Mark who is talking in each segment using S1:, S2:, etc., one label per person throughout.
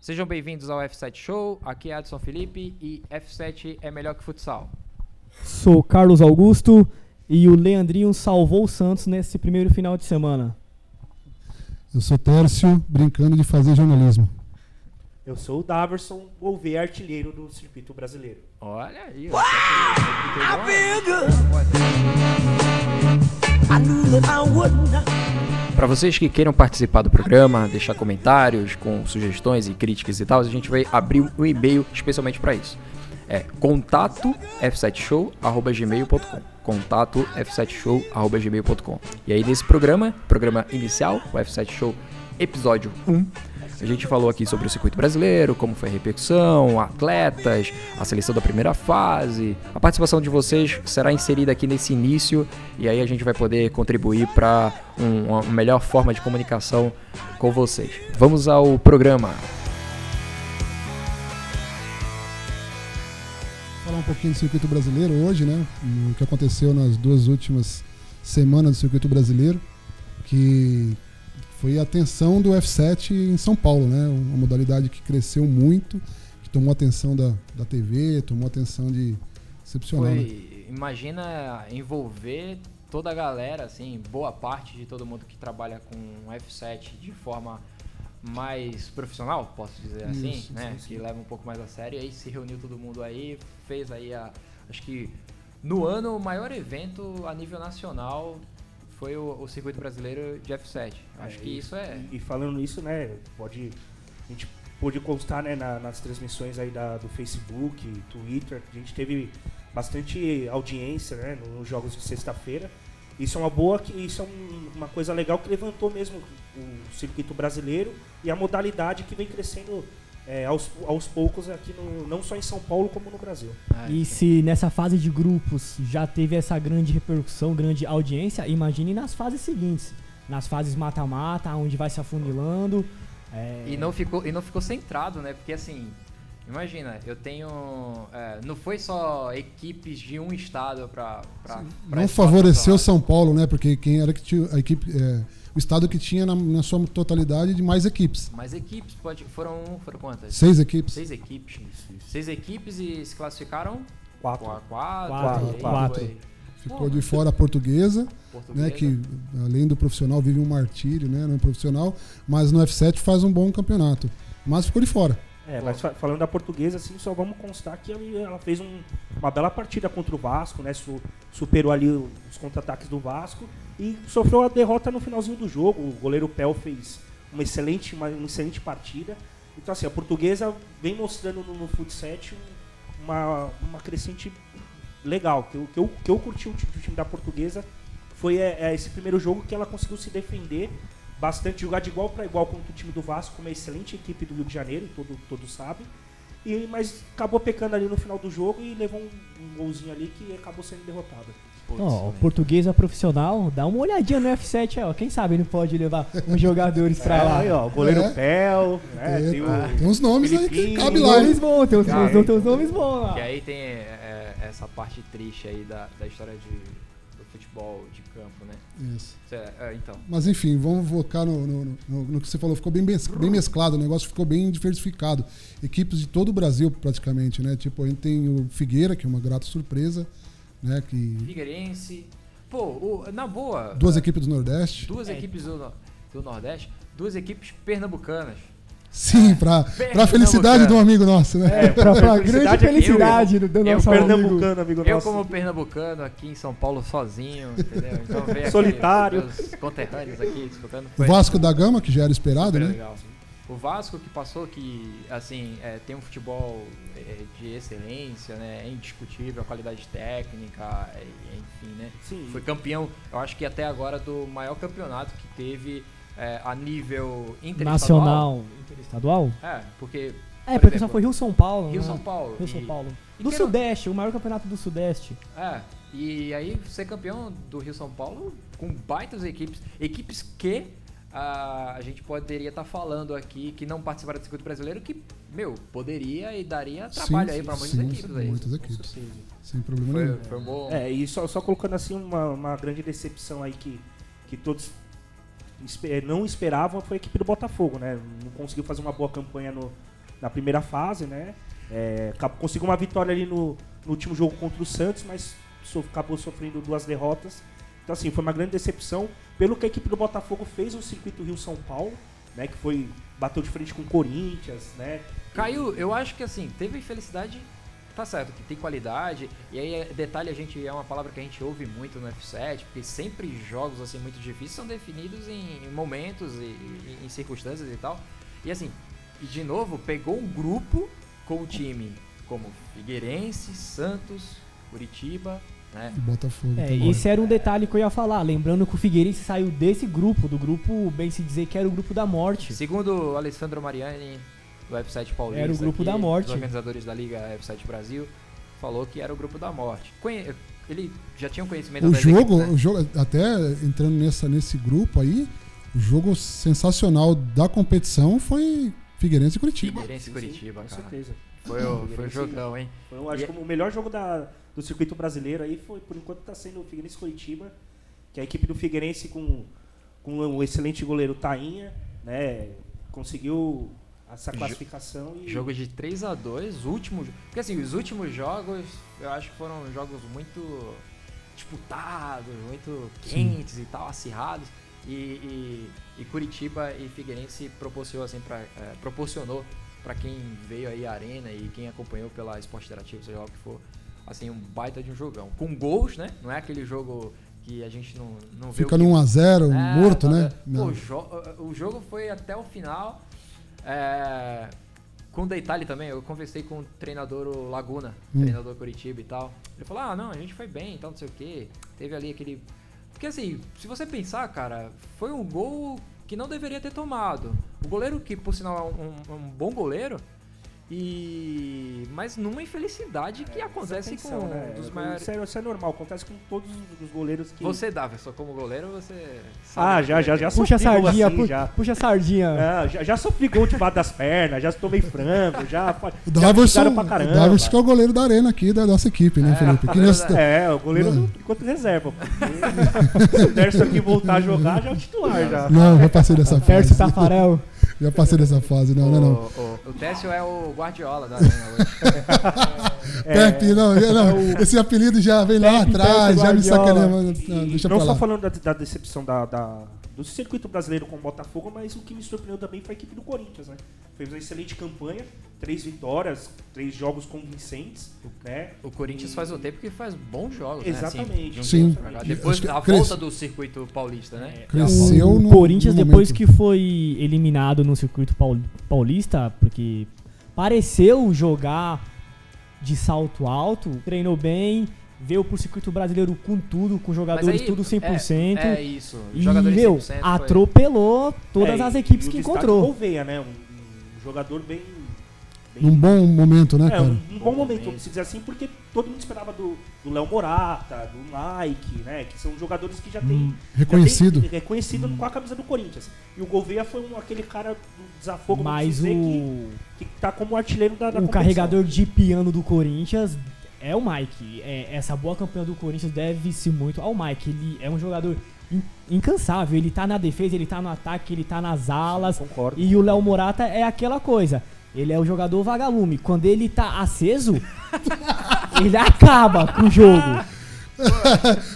S1: Sejam bem-vindos ao F7 Show. Aqui é Adson Felipe e F7 é melhor que futsal.
S2: Sou Carlos Augusto e o Leandrinho salvou o Santos nesse primeiro final de semana.
S3: Eu sou Tércio, brincando de fazer jornalismo.
S4: Eu sou o Daverson, Gouveia, artilheiro do circuito brasileiro.
S1: Olha aí.
S5: I knew that I would not.
S1: Para vocês que queiram participar do programa, deixar comentários com sugestões e críticas e tal, a gente vai abrir um e-mail especialmente para isso. É contato f7show@gmail.com. Contato f7show@gmail.com. E aí nesse programa, programa inicial, o F7 Show um, episódio 1, a gente falou aqui sobre o circuito brasileiro, como foi a repercussão, atletas, a seleção da primeira fase. A participação de vocês será inserida aqui nesse início e aí a gente vai poder contribuir para uma melhor forma de comunicação com vocês. Vamos ao programa.
S3: Falar um pouquinho do circuito brasileiro hoje, né? O que aconteceu nas duas últimas semanas do circuito brasileiro, que foi a tensão do F7 em São Paulo, né? Uma modalidade que cresceu muito, que tomou atenção da, da TV, tomou atenção de excepcional. né?
S1: Foi, imagina envolver toda a galera, assim, boa parte de todo mundo que trabalha com F7 de forma mais profissional, posso dizer assim,
S3: Isso,
S1: né?
S3: sim, sim.
S1: Que leva um pouco mais a sério. E aí se reuniu todo mundo aí, fez aí a. Acho que no ano o maior evento a nível nacional foi o, o circuito brasileiro de F7. Acho
S4: É,
S1: que
S4: e-
S1: isso é.
S4: E, e falando nisso, né, pode, a gente pôde constar né, na- nas transmissões aí da, do Facebook, Twitter, a gente teve bastante audiência né, nos jogos de sexta-feira. Isso é uma boa, que- isso é um- uma coisa legal que levantou mesmo o circuito brasileiro e a modalidade que vem crescendo é, aos, aos poucos aqui, no, não só em São Paulo como no Brasil.
S1: é,
S2: E se nessa fase de grupos já teve essa grande repercussão, grande audiência, imagine nas fases seguintes. Nas fases mata-mata, onde vai se afunilando. é,
S1: E não ficou, e não ficou centrado, né? Porque assim, imagina, eu tenho. é, não foi só equipes de um estado pra. pra- pra
S3: Não
S1: esse
S3: favoreceu
S1: campeonato.
S3: São Paulo, né? Porque quem era que tinha a equipe, é, o estado que tinha na, na sua totalidade de mais equipes,
S1: Mas equipes pode, foram. Foram quantas?
S3: seis equipes.
S1: Seis equipes. Seis equipes e se classificaram
S4: Quatro.
S1: com a quatro.
S2: Quatro,
S1: e aí
S2: quatro.
S1: foi
S3: Ficou de fora a portuguesa,
S1: portuguesa.
S3: né? Que além do profissional vive um martírio, né? No profissional, mas no F7 faz um bom campeonato. Mas ficou de fora.
S4: É, mas fa- falando da portuguesa, assim, só vamos constar que ela- ela fez um- uma bela partida contra o Vasco, né? su- superou ali o- os contra-ataques do Vasco e sofreu a derrota no finalzinho do jogo. O goleiro Pel fez uma excelente, uma, uma excelente partida. Então, assim, a portuguesa vem mostrando no, no futsal um- uma, uma crescente legal. Que eu, que eu, que eu curti o ti- do time da portuguesa foi é, é, esse primeiro jogo que ela conseguiu se defender bastante, jogar de igual para igual contra o time do Vasco, uma excelente equipe do Rio de Janeiro, todo, todo sabe. E, mas acabou pecando ali no final do jogo e levou um, um golzinho ali que acabou sendo derrotada.
S1: Putz,
S2: Ó, o
S1: né?
S2: português é profissional, dá uma olhadinha no F7 aí, ó. Quem sabe ele pode levar uns jogadores pra lá.
S4: Aí, ó, o goleiro
S3: É.
S4: Pel, né?
S3: É,
S4: tem o-
S3: Tem uns nomes aí que
S4: Filipinho,
S2: Tem
S3: cabe
S2: uns
S3: lá. hein?
S2: nomes bons, tem uns,
S1: Cara,
S2: tem uns- tem uns nomes bons lá.
S1: E aí tem é, essa parte triste aí da, da história de, do futebol de campo, né?
S3: Isso.
S1: Cê- é, então.
S3: Mas enfim, vamos focar no, no- no- no que você falou. Ficou bem, mes- bem mesclado, o negócio ficou bem diversificado. Equipes de todo o Brasil, praticamente, né? Tipo, a gente tem o Figueira, que é uma grata surpresa, né? Que,
S1: Figueirense. Pô, o- na boa.
S3: duas
S1: é,
S3: equipes do Nordeste.
S2: É.
S1: Duas equipes do, no- do Nordeste, duas equipes pernambucanas.
S3: Sim, pra, pra felicidade de um amigo nosso, né?
S4: né, É, pra-
S2: pra, pra grande
S4: felicidade é que
S2: felicidade do, do
S1: eu,
S2: nosso amigo.
S4: Pernambucano, amigo
S1: Eu,
S4: nosso.
S1: como pernambucano, aqui em São Paulo, sozinho, entendeu? Então veio
S4: Solitário.
S1: Os conterrâneos aqui disputando.
S3: O Vasco da Gama, que já era esperado,
S1: super
S3: né?
S1: legal. O Vasco que passou que, assim, é, tem um futebol é, de excelência, né? É indiscutível a qualidade técnica, é, enfim, né?
S4: Sim,
S1: Foi campeão, eu acho que até agora, do maior campeonato que teve é, a nível internacional.
S2: Nacional, interestadual?
S1: É, porque
S2: É,
S1: Por
S2: porque só
S1: exemplo,
S2: foi Rio-São Paulo.
S1: Rio
S2: né?
S1: São Paulo.
S2: Rio
S1: e-
S2: São Paulo.
S1: e
S2: Do
S1: que era- um
S2: Sudeste, o maior campeonato do Sudeste.
S1: É. E aí ser campeão do Rio São Paulo com baitas equipes, equipes que ah, a gente poderia estar falando aqui que não participaram do circuito brasileiro, que meu poderia e daria trabalho aí para muitas
S3: sim,
S1: equipes aí.
S3: Muitas
S4: com
S3: equipes.
S4: certeza.
S3: Sem problema
S1: Foi,
S3: nenhum.
S1: foi um bom.
S4: É, e só, só colocando assim uma, uma grande decepção aí que, que todos é, espe- não esperavam foi a equipe do Botafogo, né? Não conseguiu fazer uma boa campanha no, na primeira fase, né? É, acabou- conseguiu uma vitória ali no, no último jogo contra o Santos, mas so- acabou sofrendo duas derrotas. Então, assim, foi uma grande decepção. Pelo que a equipe do Botafogo fez no circuito Rio-São Paulo, né? Que foi. bateu de frente com o Corinthians, né?
S1: Caiu, eu acho que assim, teve infelicidade, tá certo, que tem qualidade, e aí é- detalhe a gente é uma palavra que a gente ouve muito no F7, porque sempre jogos assim muito difíceis são definidos em, em momentos e e- em circunstâncias e tal. E assim, e de novo, pegou um grupo com o time como Figueirense, Santos, Curitiba, né?
S3: E Botafogo.
S2: É,
S3: também.
S2: esse era um detalhe que eu ia falar. Lembrando que o Figueirense saiu desse grupo, do grupo, bem se dizer que era o grupo da morte.
S1: Segundo o Alessandro Mariani, do F7 Paulista,
S2: Era o grupo
S1: aqui,
S2: da morte.
S1: dos organizadores da Liga F7 Brasil, falou que era o grupo da morte. Conhe- Ele já tinha um conhecimento
S3: O
S1: das
S3: jogo,
S1: equipes, né?
S3: o jogo, até entrando nessa, nesse grupo aí, o jogo sensacional da competição foi Figueirense e Curitiba.
S1: Figueirense e Curitiba,
S4: Com
S1: cara.
S4: certeza.
S1: Foi, o, foi o
S4: Figueirense-
S1: jogão, hein?
S4: Foi, eu acho
S1: E- é
S4: que o melhor jogo da- do circuito brasileiro aí foi, por enquanto, está sendo o Figueirense Curitiba, que é a equipe do Figueirense com, com o excelente goleiro Tainha, né? Conseguiu essa
S1: Jo-
S4: classificação e.
S1: Jogo de 3 a 2 último. jo- Porque assim, os últimos jogos eu acho que foram jogos muito disputados, muito quentes e tal, acirrados. E, e- e Curitiba e Figueirense proporcionou assim para proporcionou para quem veio aí à arena e quem acompanhou pela Esporte Interativo, seja lá o que for, assim um baita de um jogão. Com gols, né? Não é aquele jogo que a gente não não vê o
S3: Fica
S1: que
S3: no 1x0,
S1: é,
S3: morto,
S1: tá
S3: né?
S1: vendo? Pô,
S3: Não.
S1: o, jo- o jogo foi até o final. é, com detalhe também, eu conversei com o treinador o Laguna,
S3: Hum.
S1: treinador Curitiba e tal. Ele falou: ah, não, a gente foi bem e tal, não sei o quê. Teve ali aquele. Porque assim, se você pensar, cara, foi um gol que não deveria ter tomado. O goleiro, que por sinal é um, um bom goleiro. E. Mas numa infelicidade que acontece
S4: Atenção,
S1: com
S4: É, né?
S1: um dos
S4: Isso
S1: maiores.
S4: é- Isso é normal, acontece com todos os goleiros que.
S1: Você dava, só como goleiro você.
S4: Ah, já, já, já
S2: Puxa a
S4: sofri gol
S2: sardinha,
S4: assim,
S2: pu-
S4: já.
S2: puxa a
S1: É.
S2: sardinha.
S4: Ah, já, já sofri gol debaixo das pernas, já tomei frango, já.
S3: O
S4: já
S3: Daverson,
S4: pisaram pra caramba.
S3: o Daverson que é o goleiro da arena aqui, da nossa equipe, né, Felipe? Que nesse-
S4: É, o goleiro
S3: Mano.
S4: do- enquanto reserva. porque Se o Derso aqui voltar a jogar, já é o titular já.
S3: Não, já passei dessa
S2: Perto
S3: fase.
S2: Tafarel.
S3: Já passei dessa fase, não, não, não.
S1: O, o, o Técio é o Guardiola da Arena hoje.
S3: Pepe, não, já- não. Esse apelido já vem lá
S2: Pepe,
S3: atrás,
S2: Pepe
S3: já me
S2: Guardiola.
S3: sacaneia. mas- Não, deixa
S4: não
S3: pra
S4: só
S3: lá.
S4: falando da, da decepção da, da- do circuito brasileiro com o Botafogo, mas o que me surpreendeu também foi a equipe do Corinthians, né? Fez uma excelente campanha, três vitórias, três jogos convincentes, né?
S1: O Corinthians faz o tempo que faz bons jogos, né? assim,
S4: Exatamente.
S1: de um
S3: Sim.
S1: tempo pra cá. Depois
S3: Acho que
S1: da
S3: cres-
S1: volta do circuito paulista, né?
S3: Cresceu
S2: o
S3: no-
S2: Corinthians,
S3: no
S2: depois
S3: momento.
S2: que foi eliminado no circuito paul- paulista, porque pareceu jogar de salto alto, treinou bem, veio pro circuito brasileiro com tudo, com
S1: Mas
S2: jogadores
S1: aí,
S2: tudo 100%.
S1: É, é isso.
S2: E,
S1: Jogadores
S2: meu,
S1: 100% foi-
S2: atropelou todas
S4: É,
S2: as
S4: e-
S2: equipes
S4: e o
S2: que
S4: destaque
S2: encontrou.
S4: Gouveia, né? Um, um jogador bem. bem
S3: Num bom momento, né,
S4: É, um,
S3: cara?
S4: um bom momento, se dizer assim, porque todo mundo esperava do, do Léo Morata, do Nike, né? Que são jogadores que já têm.
S3: Hum, reconhecido.
S4: já têm- reconhecido com a camisa do Corinthians. E o Gouveia foi um- aquele cara do desafogo, vamos
S2: Mas
S4: dizer,
S2: o,
S4: que, que tá como artilheiro da, da
S2: o
S4: competição.
S2: carregador de piano do Corinthians é o Mike. É, essa boa campanha do Corinthians deve-se muito ao Mike. Ele é um jogador in- incansável. Ele tá na defesa, ele tá no ataque, ele tá nas alas.
S4: Concordo.
S2: E o Léo Morata é aquela coisa. Ele é o jogador vagalume. Quando ele tá aceso, ele acaba com o jogo.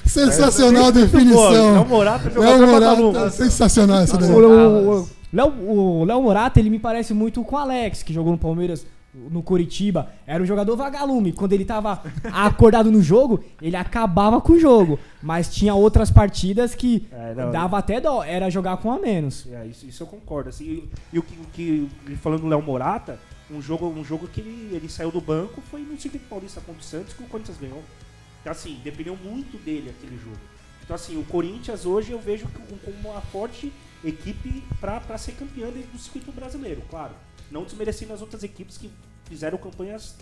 S3: Sensacional
S4: Léo
S3: definição.
S4: Morata
S3: É o
S4: jogador
S2: tá
S4: tá
S3: Morata, sensacional essa daí.
S2: O- o- o- Léo- O Léo Morata, ele me parece muito com o Alex, que jogou no Palmeiras, no Curitiba. Era um jogador vagalume. Quando ele tava acordado no jogo, ele acabava com o jogo. Mas tinha outras partidas que
S4: É, não.
S2: dava até dó. Era jogar com um a menos.
S4: É, isso, isso eu concordo. Assim, e e o que, o que ele falando do Léo Morata, um jogo, um jogo que ele, ele saiu do banco foi no Circuito Paulista contra o Santos que o Corinthians ganhou. Então, assim, dependeu muito dele aquele jogo. Então, assim, o Corinthians hoje eu vejo como- como uma forte equipe para ser campeã dentro do circuito brasileiro, claro. Não desmerecendo as outras equipes que fizeram campanhas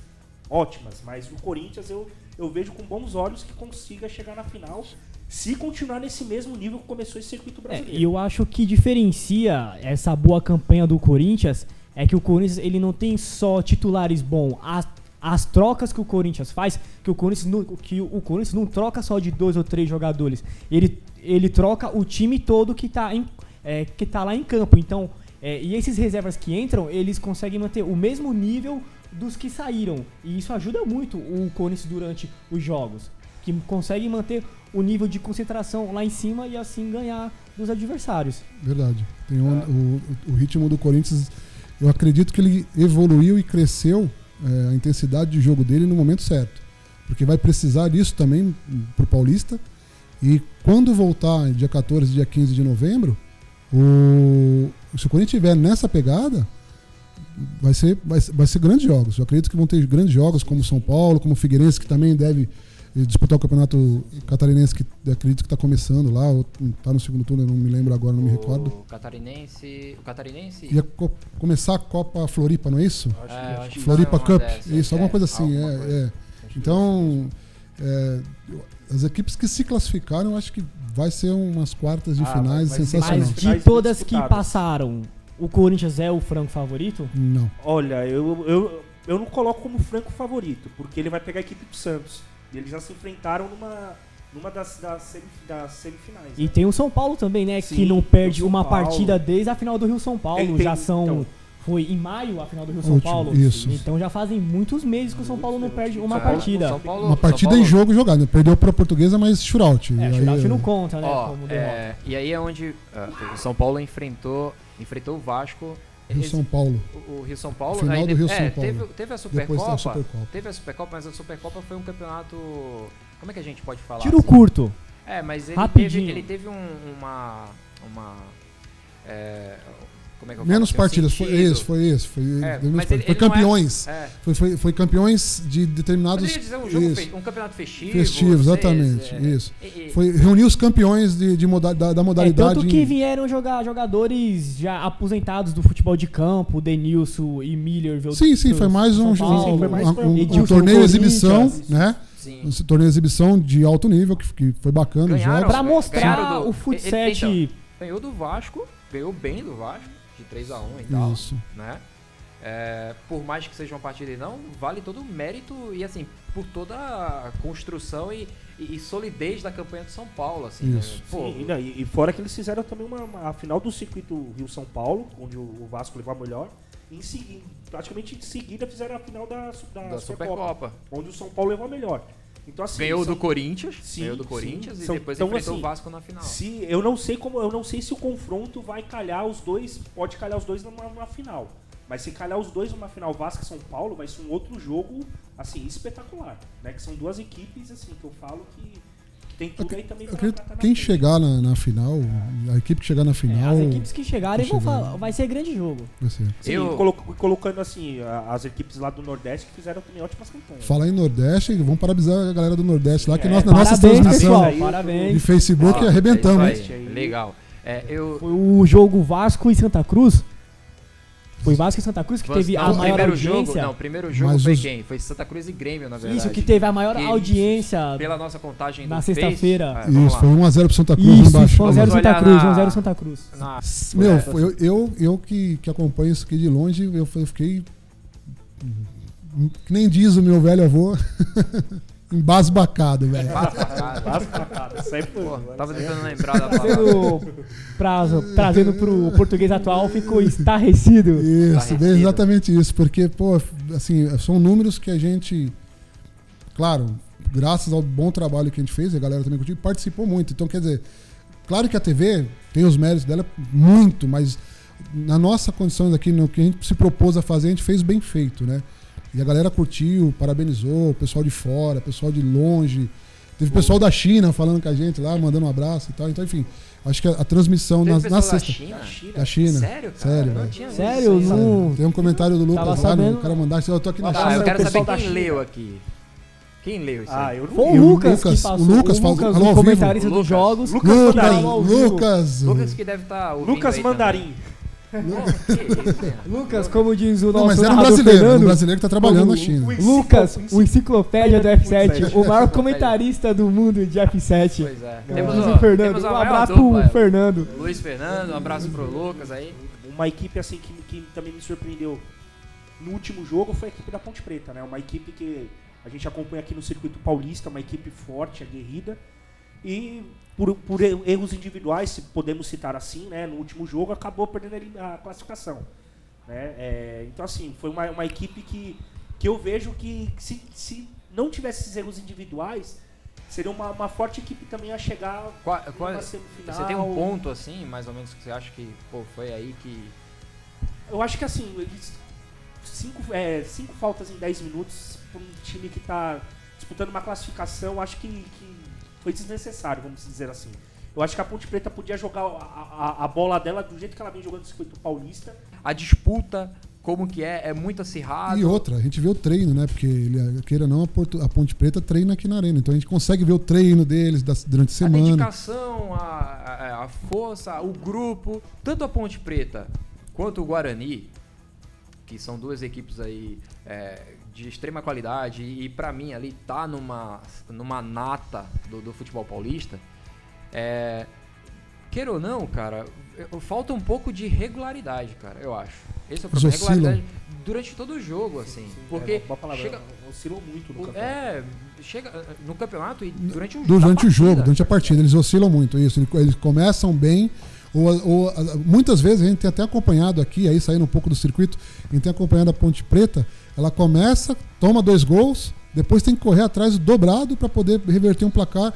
S4: ótimas, mas o Corinthians eu, eu vejo com bons olhos que consiga chegar na final se continuar nesse mesmo nível que começou esse circuito
S2: É,
S4: brasileiro.
S2: e eu acho que diferencia essa boa campanha do Corinthians é que o Corinthians ele não tem só titulares bons. As, as trocas que o Corinthians faz, que o Corinthians, não, que o Corinthians não troca só de dois ou três jogadores. Ele, ele troca o time todo que tá, em, é, que tá lá em campo. Então, É, e esses reservas que entram, eles conseguem manter o mesmo nível dos que saíram. E isso ajuda muito o Corinthians durante os jogos. Que consegue manter o nível de concentração lá em cima e assim ganhar dos adversários.
S3: Verdade. Tem um- o, o ritmo do Corinthians, eu acredito que ele evoluiu e cresceu é, a intensidade de jogo dele no momento certo. Porque vai precisar disso também pro Paulista. E quando voltar, dia 14, dia 15 de novembro, o, se o Corinthians tiver nessa pegada, vai ser, vai, ser- vai ser grandes jogos. Eu acredito que vão ter grandes jogos, como São Paulo, como Figueirense, que também deve eh, disputar o campeonato catarinense, que acredito que está começando lá, ou está no segundo turno, eu não me lembro agora, não me recordo.
S1: O catarinense. O catarinense.
S3: Ia co- começar a Copa Floripa, não é isso?
S1: É, eu acho que
S3: Floripa
S1: foi uma
S3: Cup,
S1: dessas,
S3: isso, alguma
S1: é,
S3: coisa assim.
S1: alguma
S3: é,
S1: coisa.
S3: é. Então, é, eu- as equipes que se classificaram, eu acho que vai ser umas quartas de
S4: Ah,
S3: finais
S4: vai- vai ser
S3: sensacional.
S2: Mas
S4: Sensacional.
S2: de
S4: Finais
S2: todas que
S4: disputadas.
S2: passaram, o Corinthians é o franco favorito?
S3: Não.
S4: Olha, eu, eu, eu não coloco como franco favorito, porque ele vai pegar a equipe do Santos. E eles já se enfrentaram numa, numa das, das, semif- das semifinais.
S2: E
S4: né?
S2: tem o São Paulo também, né? que
S4: Sim,
S2: não
S4: o
S2: perde
S4: São
S2: uma
S4: Paulo.
S2: partida desde a final do Rio São Paulo.
S4: Ele tem-
S2: já são.
S4: então.
S2: foi em maio a final do Rio
S3: A
S2: São
S3: última,
S2: Paulo.
S3: isso.
S2: Então já fazem muitos meses que o São Paulo não perde uma
S1: São Paulo-
S2: partida.
S1: São Paulo-
S3: Uma
S1: São
S3: partida
S1: Paulo-
S3: em jogo jogado. né? Perdeu para a Portuguesa, mas shootout.
S2: É,
S3: Aí,
S2: shootout não
S3: é,
S2: conta, né?
S1: Ó,
S2: como derrota.
S1: é, e aí é onde ah, o São Paulo enfrentou, enfrentou o Vasco.
S3: Rio
S1: Esse-
S3: São Paulo.
S1: o- o Rio São Paulo.
S3: Final
S1: aí
S3: do
S1: de-
S3: Rio
S1: é,
S3: São Paulo.
S1: Teve, teve a
S3: Depois tem
S1: Supercopa.
S3: a Supercopa.
S1: Teve a Supercopa, mas a Supercopa foi um campeonato. Como é que a gente pode falar?
S2: Tiro
S1: assim?
S2: curto.
S1: É, mas ele
S2: Rapidinho.
S1: teve, ele teve um- uma. uma é, como é que eu falo?
S3: Menos
S1: Assim, um
S3: partidas. Foi
S1: sentido.
S3: esse, foi esse. Foi,
S1: É,
S3: menos
S1: mas ele-
S3: partidas. Foi
S1: ele não é-
S3: campeões.
S1: É.
S3: Foi, foi- foi campeões de
S1: Poderia
S3: determinados.
S1: dizer um, jogo
S3: isso.
S1: fe- um campeonato festivo.
S3: Festivo,
S1: não sei,
S3: exatamente,
S1: é,
S3: isso.
S1: e- e-
S3: Foi reunir os campeões de, de moda- da, da
S2: É,
S3: modalidade.
S2: tanto que
S3: em-
S2: vieram jogar jogadores já aposentados do futebol de campo, Denilson e Miller. veio
S3: Sim, sim,
S2: pro
S3: foi mais
S2: São
S3: um,
S2: Paulo.
S4: sim, foi mais
S3: um-
S4: pra-
S3: um- um
S2: Edilson
S3: torneio
S2: Corinthians.
S3: exibição, né?
S1: sim.
S3: Um torneio exibição de alto nível, que, que foi bacana os
S1: Ganharam.
S3: jogos.
S2: Pra
S1: Ganharam
S2: mostrar
S1: do-
S2: o
S1: ele-
S2: futsal
S1: então, Ganhou do Vasco, ganhou bem do Vasco, de 3x1 e tal.
S3: Isso.
S1: né? É, por mais que seja uma partida e não, vale todo o mérito e assim, por toda a construção e, e- e solidez da campanha do São Paulo, assim. né?
S3: Isso.
S1: Pô,
S4: Sim, ainda- e, e fora que eles fizeram também uma, uma- a final do circuito Rio São Paulo, onde o, o Vasco levou a melhor. Em segui- praticamente em seguida fizeram a final da, su- da,
S1: da
S4: Supercopa,
S1: Supercopa.
S4: onde o São Paulo levou a melhor. Então assim,
S1: ganhou
S4: são-
S1: do Corinthians,
S4: Sim,
S1: ganhou do
S4: sim.
S1: Corinthians e
S4: São-
S1: depois
S4: então,
S1: enfrentou
S4: assim,
S1: o Vasco na final.
S4: Se, eu não sei como, eu não sei se o confronto vai calhar os dois, pode calhar os dois numa, numa final. Mas se calhar os dois numa final Vasco e São Paulo, vai ser um outro jogo assim espetacular, né? Que são duas equipes assim que eu falo que, que tem tudo aí também
S3: Eu
S4: pra-
S3: acredito
S4: pra tá
S3: que
S4: na
S3: quem
S4: frente.
S3: chegar na, na final, a equipe que chegar na
S2: É,
S3: final,
S2: as equipes que chegarem
S3: tá
S2: vão
S3: chegando.
S2: falar, vai ser grande jogo.
S3: vai ser.
S4: Sim,
S1: Eu-
S4: colo- colocando assim a- as equipes lá do Nordeste que fizeram também ótimas campanhas.
S3: Falar em Nordeste, vamos parabenizar a galera do Nordeste lá, que
S4: É,
S3: nós, na nossa
S2: parabéns,
S3: transmissão
S2: pessoal,
S4: Aí,
S3: de
S2: parabéns.
S3: Facebook
S1: Ah,
S3: arrebentamos,
S1: é
S3: hein?
S1: isso aí, Legal. É, eu,
S2: Foi o jogo Vasco e Santa Cruz. Foi Vasco e Santa Cruz que teve a
S1: o
S2: maior
S1: primeiro
S2: audiência.
S1: jogo, não, o primeiro jogo
S3: Mas
S1: foi
S3: os-
S1: quem? Foi Santa Cruz e Grêmio, na verdade.
S2: Isso, que teve a maior
S1: Que isso.
S2: audiência.
S1: Pela nossa contagem
S2: Na
S1: do Face,
S2: sexta-feira.
S1: é, vamos
S3: Isso,
S1: lá.
S3: foi 1x0 pro Santa Cruz
S2: Isso,
S3: embaixo.
S2: 1x0
S1: Vamos
S2: Santa
S1: olhar
S2: Cruz,
S1: na-
S2: 1x0 Santa Cruz.
S1: Na-
S3: Meu, foi- eu, eu, eu que, que acompanho isso aqui de longe, eu, fui- eu fiquei. Que nem diz o meu velho avô, embasbacado, velho.
S4: Vasco, cara, sempre foi.
S1: Pô, tava tentando lembrar da palavra.
S2: Trazendo, prazo- trazendo pro português atual, ficou estarrecido.
S3: Isso, bem
S1: Parecido.
S3: exatamente isso, porque, pô, assim, são números que a gente, claro, graças ao bom trabalho que a gente fez, a galera também contigo participou muito. Então, quer dizer, claro que a TV tem os méritos dela muito, mas na nossa condição aqui, no que a gente se propôs a fazer, a gente fez bem feito, né? E a galera curtiu, parabenizou, o pessoal de fora, o pessoal de longe. Teve o pessoal da China falando com a gente lá, mandando um abraço e tal. Então, enfim, acho que a, a transmissão
S1: Teve
S3: na,
S1: pessoal
S3: na
S1: da
S3: sexta.
S1: China?
S3: Da China.
S1: Sério, cara?
S3: Sério,
S1: não
S3: velho.
S1: tinha visto
S2: Sério,
S1: isso aí.
S2: não.
S3: Tem um comentário do
S2: Tava
S3: Lucas lá,
S2: sabendo.
S3: no, o cara mandar, eu tô aqui na
S1: Ah,
S3: China.
S1: eu quero
S4: pessoal
S1: saber
S4: da
S1: quem
S4: China.
S1: leu aqui. Quem leu isso
S4: Ah,
S1: aí?
S4: eu não
S2: Foi
S4: vi.
S2: o Lucas,
S3: Lucas,
S2: que passou.
S3: o Lucas falou-
S2: Lucas,
S3: falou ao
S2: o
S3: vivo?
S2: comentarista dos
S1: Lucas.
S2: jogos.
S4: Lucas
S3: Lucas,
S1: tá
S4: Mandarim.
S2: ao vivo.
S3: Lucas,
S1: Lucas que deve estar ouvindo
S4: Lucas
S1: aí
S4: Mandarim.
S1: também. Pô, que isso, né?
S2: Lucas, como diz o nosso
S3: Não, mas era um
S2: narrador
S3: brasileiro, era um
S2: Fernando,
S3: brasileiro que tá trabalhando na
S4: O-
S3: China.
S4: o enciclo-
S2: Lucas, o enciclopédia do F7,
S4: Enciclopédia.
S2: o maior comentarista do mundo de F7.
S1: Pois é.
S2: Como
S1: Temos,
S2: diz
S1: ó,
S2: o Fernando,
S1: temos a
S2: um
S1: maior
S2: abraço
S1: dupla, é.
S2: pro Fernando.
S1: Luiz Fernando, um abraço pro Lucas aí.
S4: Uma equipe assim que, que também me surpreendeu no último jogo foi a equipe da Ponte Preta, né? Uma equipe que a gente acompanha aqui no circuito paulista, uma equipe forte, aguerrida. E por, por er- erros individuais, se podemos citar assim, né, no último jogo acabou perdendo a elim- a classificação. Né? É, então, assim, foi uma, uma equipe que, que eu vejo que se, se não tivesse esses erros individuais, seria uma, uma forte equipe também a chegar
S1: Qua- qual- é?
S2: assim?
S4: numa semifinal.
S1: você
S2: Tá
S1: tem um ponto assim, mais ou menos, que você acha que pô, foi aí que.
S4: Eu acho que assim, eles- cinco, é, cinco faltas em 10 minutos para um time que está disputando uma classificação, acho que, que foi desnecessário, vamos dizer assim. Eu acho que a Ponte Preta podia jogar a, a- a bola dela do jeito que ela vem jogando no circuito paulista.
S1: A disputa, como que é, é muito acirrada.
S3: E outra, a gente vê o treino, né? Porque, ele, queira ou não, a, Porto- a Ponte Preta treina aqui na arena. Então a gente consegue ver o treino deles das- durante a
S1: A
S3: semana.
S1: dedicação, a, a- a força, o grupo, tanto a Ponte Preta quanto o Guarani, que são duas equipes aí é, de extrema qualidade e pra mim ali tá numa, numa nata do, do futebol paulista, é, queira ou não, cara, eu- falta um pouco de regularidade, cara, eu acho. Esse é o
S3: Eles
S1: problema,
S3: oscilam.
S1: regularidade durante todo o jogo, assim,
S4: é,
S1: porque
S4: boa palavra,
S1: chega...
S4: oscilou muito no
S1: o-
S4: campeonato.
S1: É, chega eh, no campeonato e durante, um,
S3: Durante
S1: da
S3: o jogo,
S1: partida.
S3: durante a partida. Eles oscilam muito, isso. Eles- Eles começam bem. Ou, ou- muitas vezes a gente tem até acompanhado aqui, aí saindo um pouco do circuito, a gente tem acompanhado a Ponte Preta. Ela começa, toma dois gols, depois tem que correr atrás dobrado para poder reverter um placar.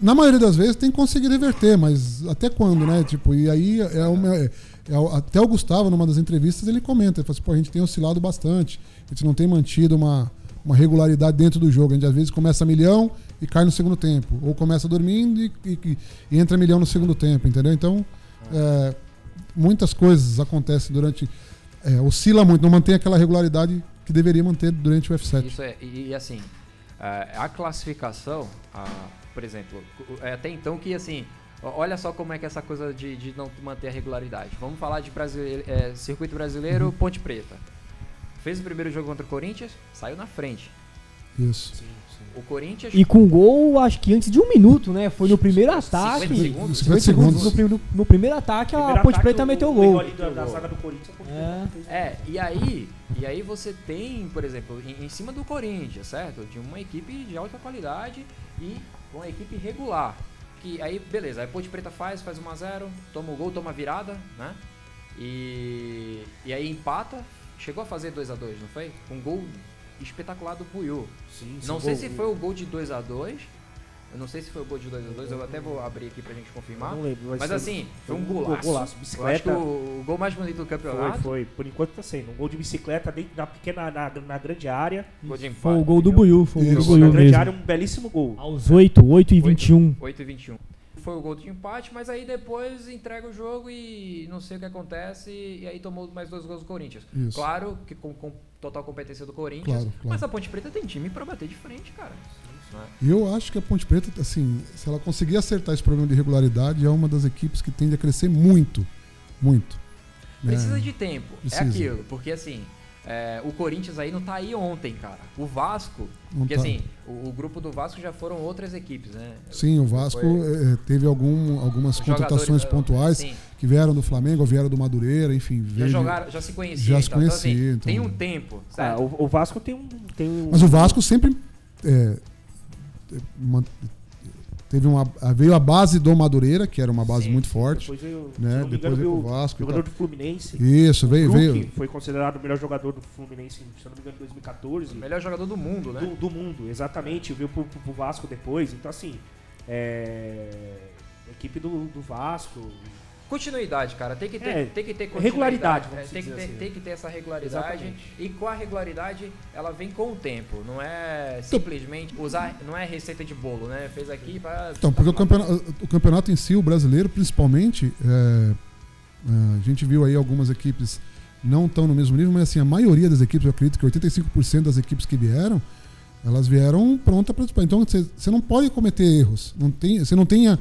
S3: Na maioria das vezes tem que conseguir reverter, mas até quando, né? Tipo, e aí é uma- é- é o- até o Gustavo, numa das entrevistas, ele comenta, ele fala assim, pô, a gente tem oscilado bastante, a gente não tem mantido uma, uma regularidade dentro do jogo. A gente às vezes começa milhão e cai no segundo tempo. Ou começa dormindo e, e- e- e entra milhão no segundo tempo, entendeu? Então, é, muitas coisas acontecem durante. é, oscila muito, não mantém aquela regularidade que deveria manter durante o F7.
S1: Isso é, e, e, assim, eh, a classificação, a- por exemplo, o- é até então que assim, o- olha só como é que é essa coisa de, de não manter a regularidade. Vamos falar de brasile- eh, circuito
S2: Uhum.
S1: brasileiro, Ponte Preta. Fez o primeiro jogo contra o Corinthians, saiu na frente.
S3: Isso.
S4: é.
S1: O Corinthians.
S2: E com gol, acho que antes de um minuto, né? Foi no primeiro ataque.
S1: 50 segundos?
S3: 50
S2: No,
S3: segundos.
S2: prim- no- no primeiro ataque,
S4: Primeiro
S2: a Ponte
S4: ataque,
S2: Preta meteu o
S4: pegou
S2: gol.
S4: ali da, da zaga do Corinthians. a Ponte
S2: É.
S4: Preta fez um
S1: É, e aí, e aí você tem, por exemplo, em, em cima do Corinthians, certo? De uma equipe de alta qualidade e uma equipe regular. Que aí, beleza, aí Ponte Preta faz, faz 1x0, toma o gol, toma a virada, né? E, e aí empata, chegou a fazer 2x2, não foi? Um gol espetacular do Puyu.
S4: Sim, sim,
S1: Não sei
S4: gol.
S1: se foi o gol de 2x2. Eu não sei se foi o gol de 2x2, eu até vou abrir aqui pra gente confirmar.
S4: Não lembro,
S1: Mas
S4: foi-
S1: assim, foi um
S4: gol-
S1: golaço.
S4: golaço,
S1: Eu acho que
S4: bicicleta.
S1: o, o gol mais bonito do campeonato.
S4: Foi, foi. Por enquanto tá sendo. Um gol de bicicleta dentro da pequena, na, na grande área.
S1: Gol de empate.
S2: Foi o gol do Buiu, foi o gol do
S3: Isso.
S4: Na
S2: Buiu
S4: grande
S2: mesmo.
S4: área, um belíssimo gol.
S2: Aos 8, 8 e
S1: Oito.
S2: 21.
S1: 8 e 21. Foi o gol de empate, mas aí depois entrega o jogo e não sei o que acontece. E aí tomou mais dois gols do Corinthians.
S3: Isso.
S1: Claro que com, com total competência do Corinthians.
S3: Claro, claro.
S1: Mas a Ponte Preta tem time pra bater de frente, cara. né?
S3: E eu acho que a Ponte Preta, assim, se ela conseguir acertar esse problema de regularidade, é uma das equipes que tende a crescer muito. Muito. né?
S1: Precisa de tempo.
S3: Precisa.
S1: É aquilo. Porque assim, é, o Corinthians aí não tá aí ontem, cara. O Vasco.
S3: Não
S1: porque
S3: tá.
S1: assim, o, o grupo do Vasco já foram outras equipes, né?
S3: Sim, o Vasco
S1: Foi-
S3: eh, teve algum,
S1: Os
S3: algumas contratações
S1: jogadores, né?
S3: pontuais
S1: sim.
S3: que vieram do Flamengo, ou vieram do Madureira, enfim.
S1: Já
S3: veio de-
S1: jogaram, já se conheciam.
S3: já se
S1: então, então, assim,
S3: conhecia, então.
S1: Tem um tempo.
S4: Ah,
S1: Certo?
S4: o, o Vasco tem um. Tem um
S3: Mas o Vasco sempre eh, man- teve uma, veio a base do Madureira, que era uma base
S1: Sim,
S3: muito forte.
S4: Depois eu,
S3: né,
S4: se não me
S3: depois
S4: engano,
S3: veio
S4: veio
S3: pro Vasco e
S4: Jogador
S3: tal.
S4: do Fluminense.
S3: Isso, veio,
S4: Brook,
S3: veio.
S4: foi considerado o melhor jogador do Fluminense, se eu não me engano, em 2014.
S1: Melhor jogador do mundo, né?
S4: Do, do mundo, exatamente. Veio pro, pro- pro Vasco depois. Então, assim. É. Equipe do, do Vasco.
S1: Continuidade, cara. Tem que ter,
S4: É,
S1: tem que ter continuidade.
S4: regularidade, vamos
S1: É, tem, que
S4: dizer
S1: ter,
S4: assim.
S1: tem que ter essa regularidade.
S4: Exatamente.
S1: E com a regularidade, ela vem com o tempo. Não é simplesmente usar. Não é receita de bolo, né? Fez aqui pra.
S3: Então, porque o campeonato, o campeonato em si, o brasileiro principalmente, é, é, a gente viu aí algumas equipes não estão no mesmo nível, mas assim, a maioria das equipes, eu acredito que 85% das equipes que vieram, elas vieram pronta para disputar. Então você você não pode cometer erros. Não tem, você não tenha.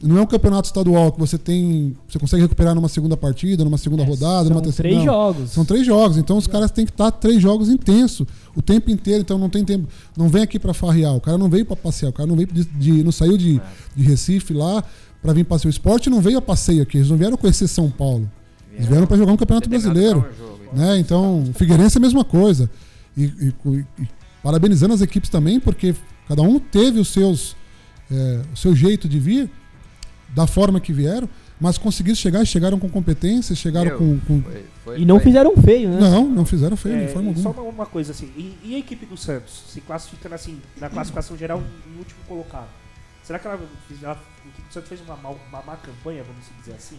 S3: Não é um campeonato estadual que você tem. Você consegue recuperar numa segunda partida, numa segunda
S2: É,
S3: rodada,
S2: São
S3: numa terceira.
S2: três
S3: não.
S2: jogos.
S3: São três jogos, então os caras têm que estar três jogos intenso o tempo inteiro, então não tem tempo. Não vem aqui pra farrear, o cara não veio pra passear, o cara não veio de, de- não saiu de, de Recife lá pra vir passear o esporte, não veio a passeio aqui, eles não vieram conhecer São Paulo. Eles vieram pra jogar um campeonato brasileiro, né? Então, o Figueirense é a mesma coisa. E, e- e- e parabenizando as equipes também, porque cada um teve os seus é, o seu jeito de vir, da forma que vieram, mas conseguiram chegar, chegaram com competência, chegaram
S1: Eu-
S3: com. com-
S1: Foi- foi-
S2: E não
S1: foi-
S2: fizeram feio, né?
S3: Não, não fizeram feio,
S4: É,
S3: de forma
S4: e só
S3: alguma.
S4: uma, uma coisa assim, e, e a equipe do Santos, se classificando assim, na classificação geral, em último colocado. Será que ela, fez- ela- a equipe do Santos fez uma, mal, uma má campanha, vamos dizer assim?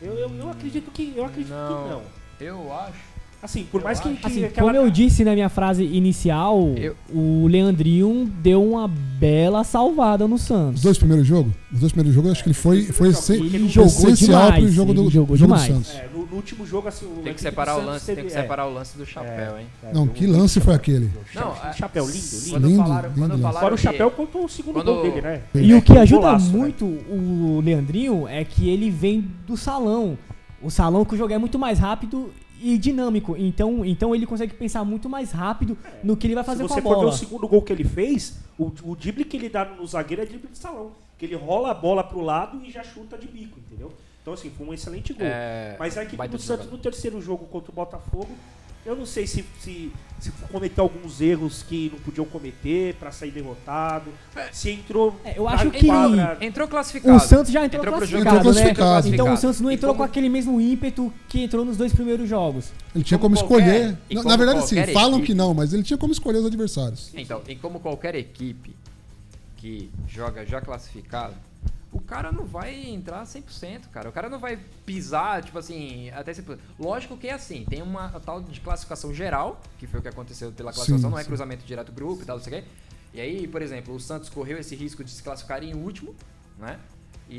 S4: Eu, eu, eu acredito que eu acredito
S1: Não.
S4: que não.
S1: Eu acho.
S4: Assim, por
S1: Eu
S4: mais que,
S1: acho.
S4: que
S2: Assim,
S4: aquela-
S2: como eu disse na minha frase inicial,
S1: Eu-
S2: o Leandrinho deu uma bela salvada no
S3: Os
S2: Santos.
S3: dois primeiros jogos? Os dois primeiros jogos, acho que ele foi, foi essen-
S4: Ele
S3: foi
S4: jogou
S3: essencial
S2: demais,
S3: pro jogo
S2: ele
S3: do,
S2: jogou
S3: jogo do
S2: demais.
S3: Santos.
S4: é, no, no último jogo, assim, o- a
S1: Tem
S4: equipe
S1: que
S4: do
S1: separar o
S4: Santos
S1: lance,
S4: teve-
S1: tem que
S4: é,
S1: separar o lance do chapéu, hein?
S4: é,
S3: Não,
S4: deu
S3: que
S4: um-
S3: lance foi aquele?
S1: Não,
S4: Cha-
S1: é-
S4: chapéu lindo, lindo.
S1: Quando
S3: Lindo,
S1: falaram, quando
S3: lindo.
S1: falaram
S4: Fora o
S1: que-
S4: chapéu contou o segundo
S1: Quando-
S4: gol dele, né?
S2: E o que ajuda
S4: Golaço, né?
S2: muito o Leandrinho é que ele vem do salão. O salão que o jogo é muito mais rápido e dinâmico. Então, então ele consegue pensar muito mais rápido no que ele vai fazer
S4: É.
S2: com
S4: Se você
S2: a
S4: for ver
S2: bola.
S4: o segundo gol que ele fez, o, o drible que ele dá no zagueiro é drible de salão. Que ele rola a bola pro lado e já chuta de bico, entendeu? Então, assim, foi um excelente gol.
S1: É,
S4: Mas a equipe
S1: baita
S4: do Santos
S1: jogada.
S4: no terceiro jogo contra o Botafogo, eu não sei se, se, se cometeu alguns erros que não podiam cometer pra sair derrotado. Se entrou.
S2: É, eu
S4: na
S2: acho que-
S4: quadra-
S1: Entrou classificado.
S2: O Santos já entrou,
S1: Entrou pro jogo.
S2: classificado,
S3: Entrou
S2: né?
S3: classificado.
S2: Então o Santos não
S4: E
S2: entrou
S4: como-
S2: com aquele mesmo ímpeto que entrou nos dois primeiros jogos.
S3: Ele tinha como,
S1: como qualquer-
S3: escolher.
S1: e
S3: Na,
S1: como
S3: na verdade, sim,
S1: qualquer
S3: falam
S1: equipe.
S3: que não, mas ele tinha como escolher os adversários.
S1: Então, e como qualquer equipe que joga já classificado, o cara não vai entrar 100%, cara. O cara não vai pisar, tipo assim, até 100%. Lógico que é assim, tem uma tal de classificação geral, que foi o que aconteceu pela classificação,
S3: Sim,
S1: não é
S3: sim.
S1: cruzamento direto grupo e tal, não sei o quê. E aí, por exemplo, o Santos correu esse risco de se classificar em último, né?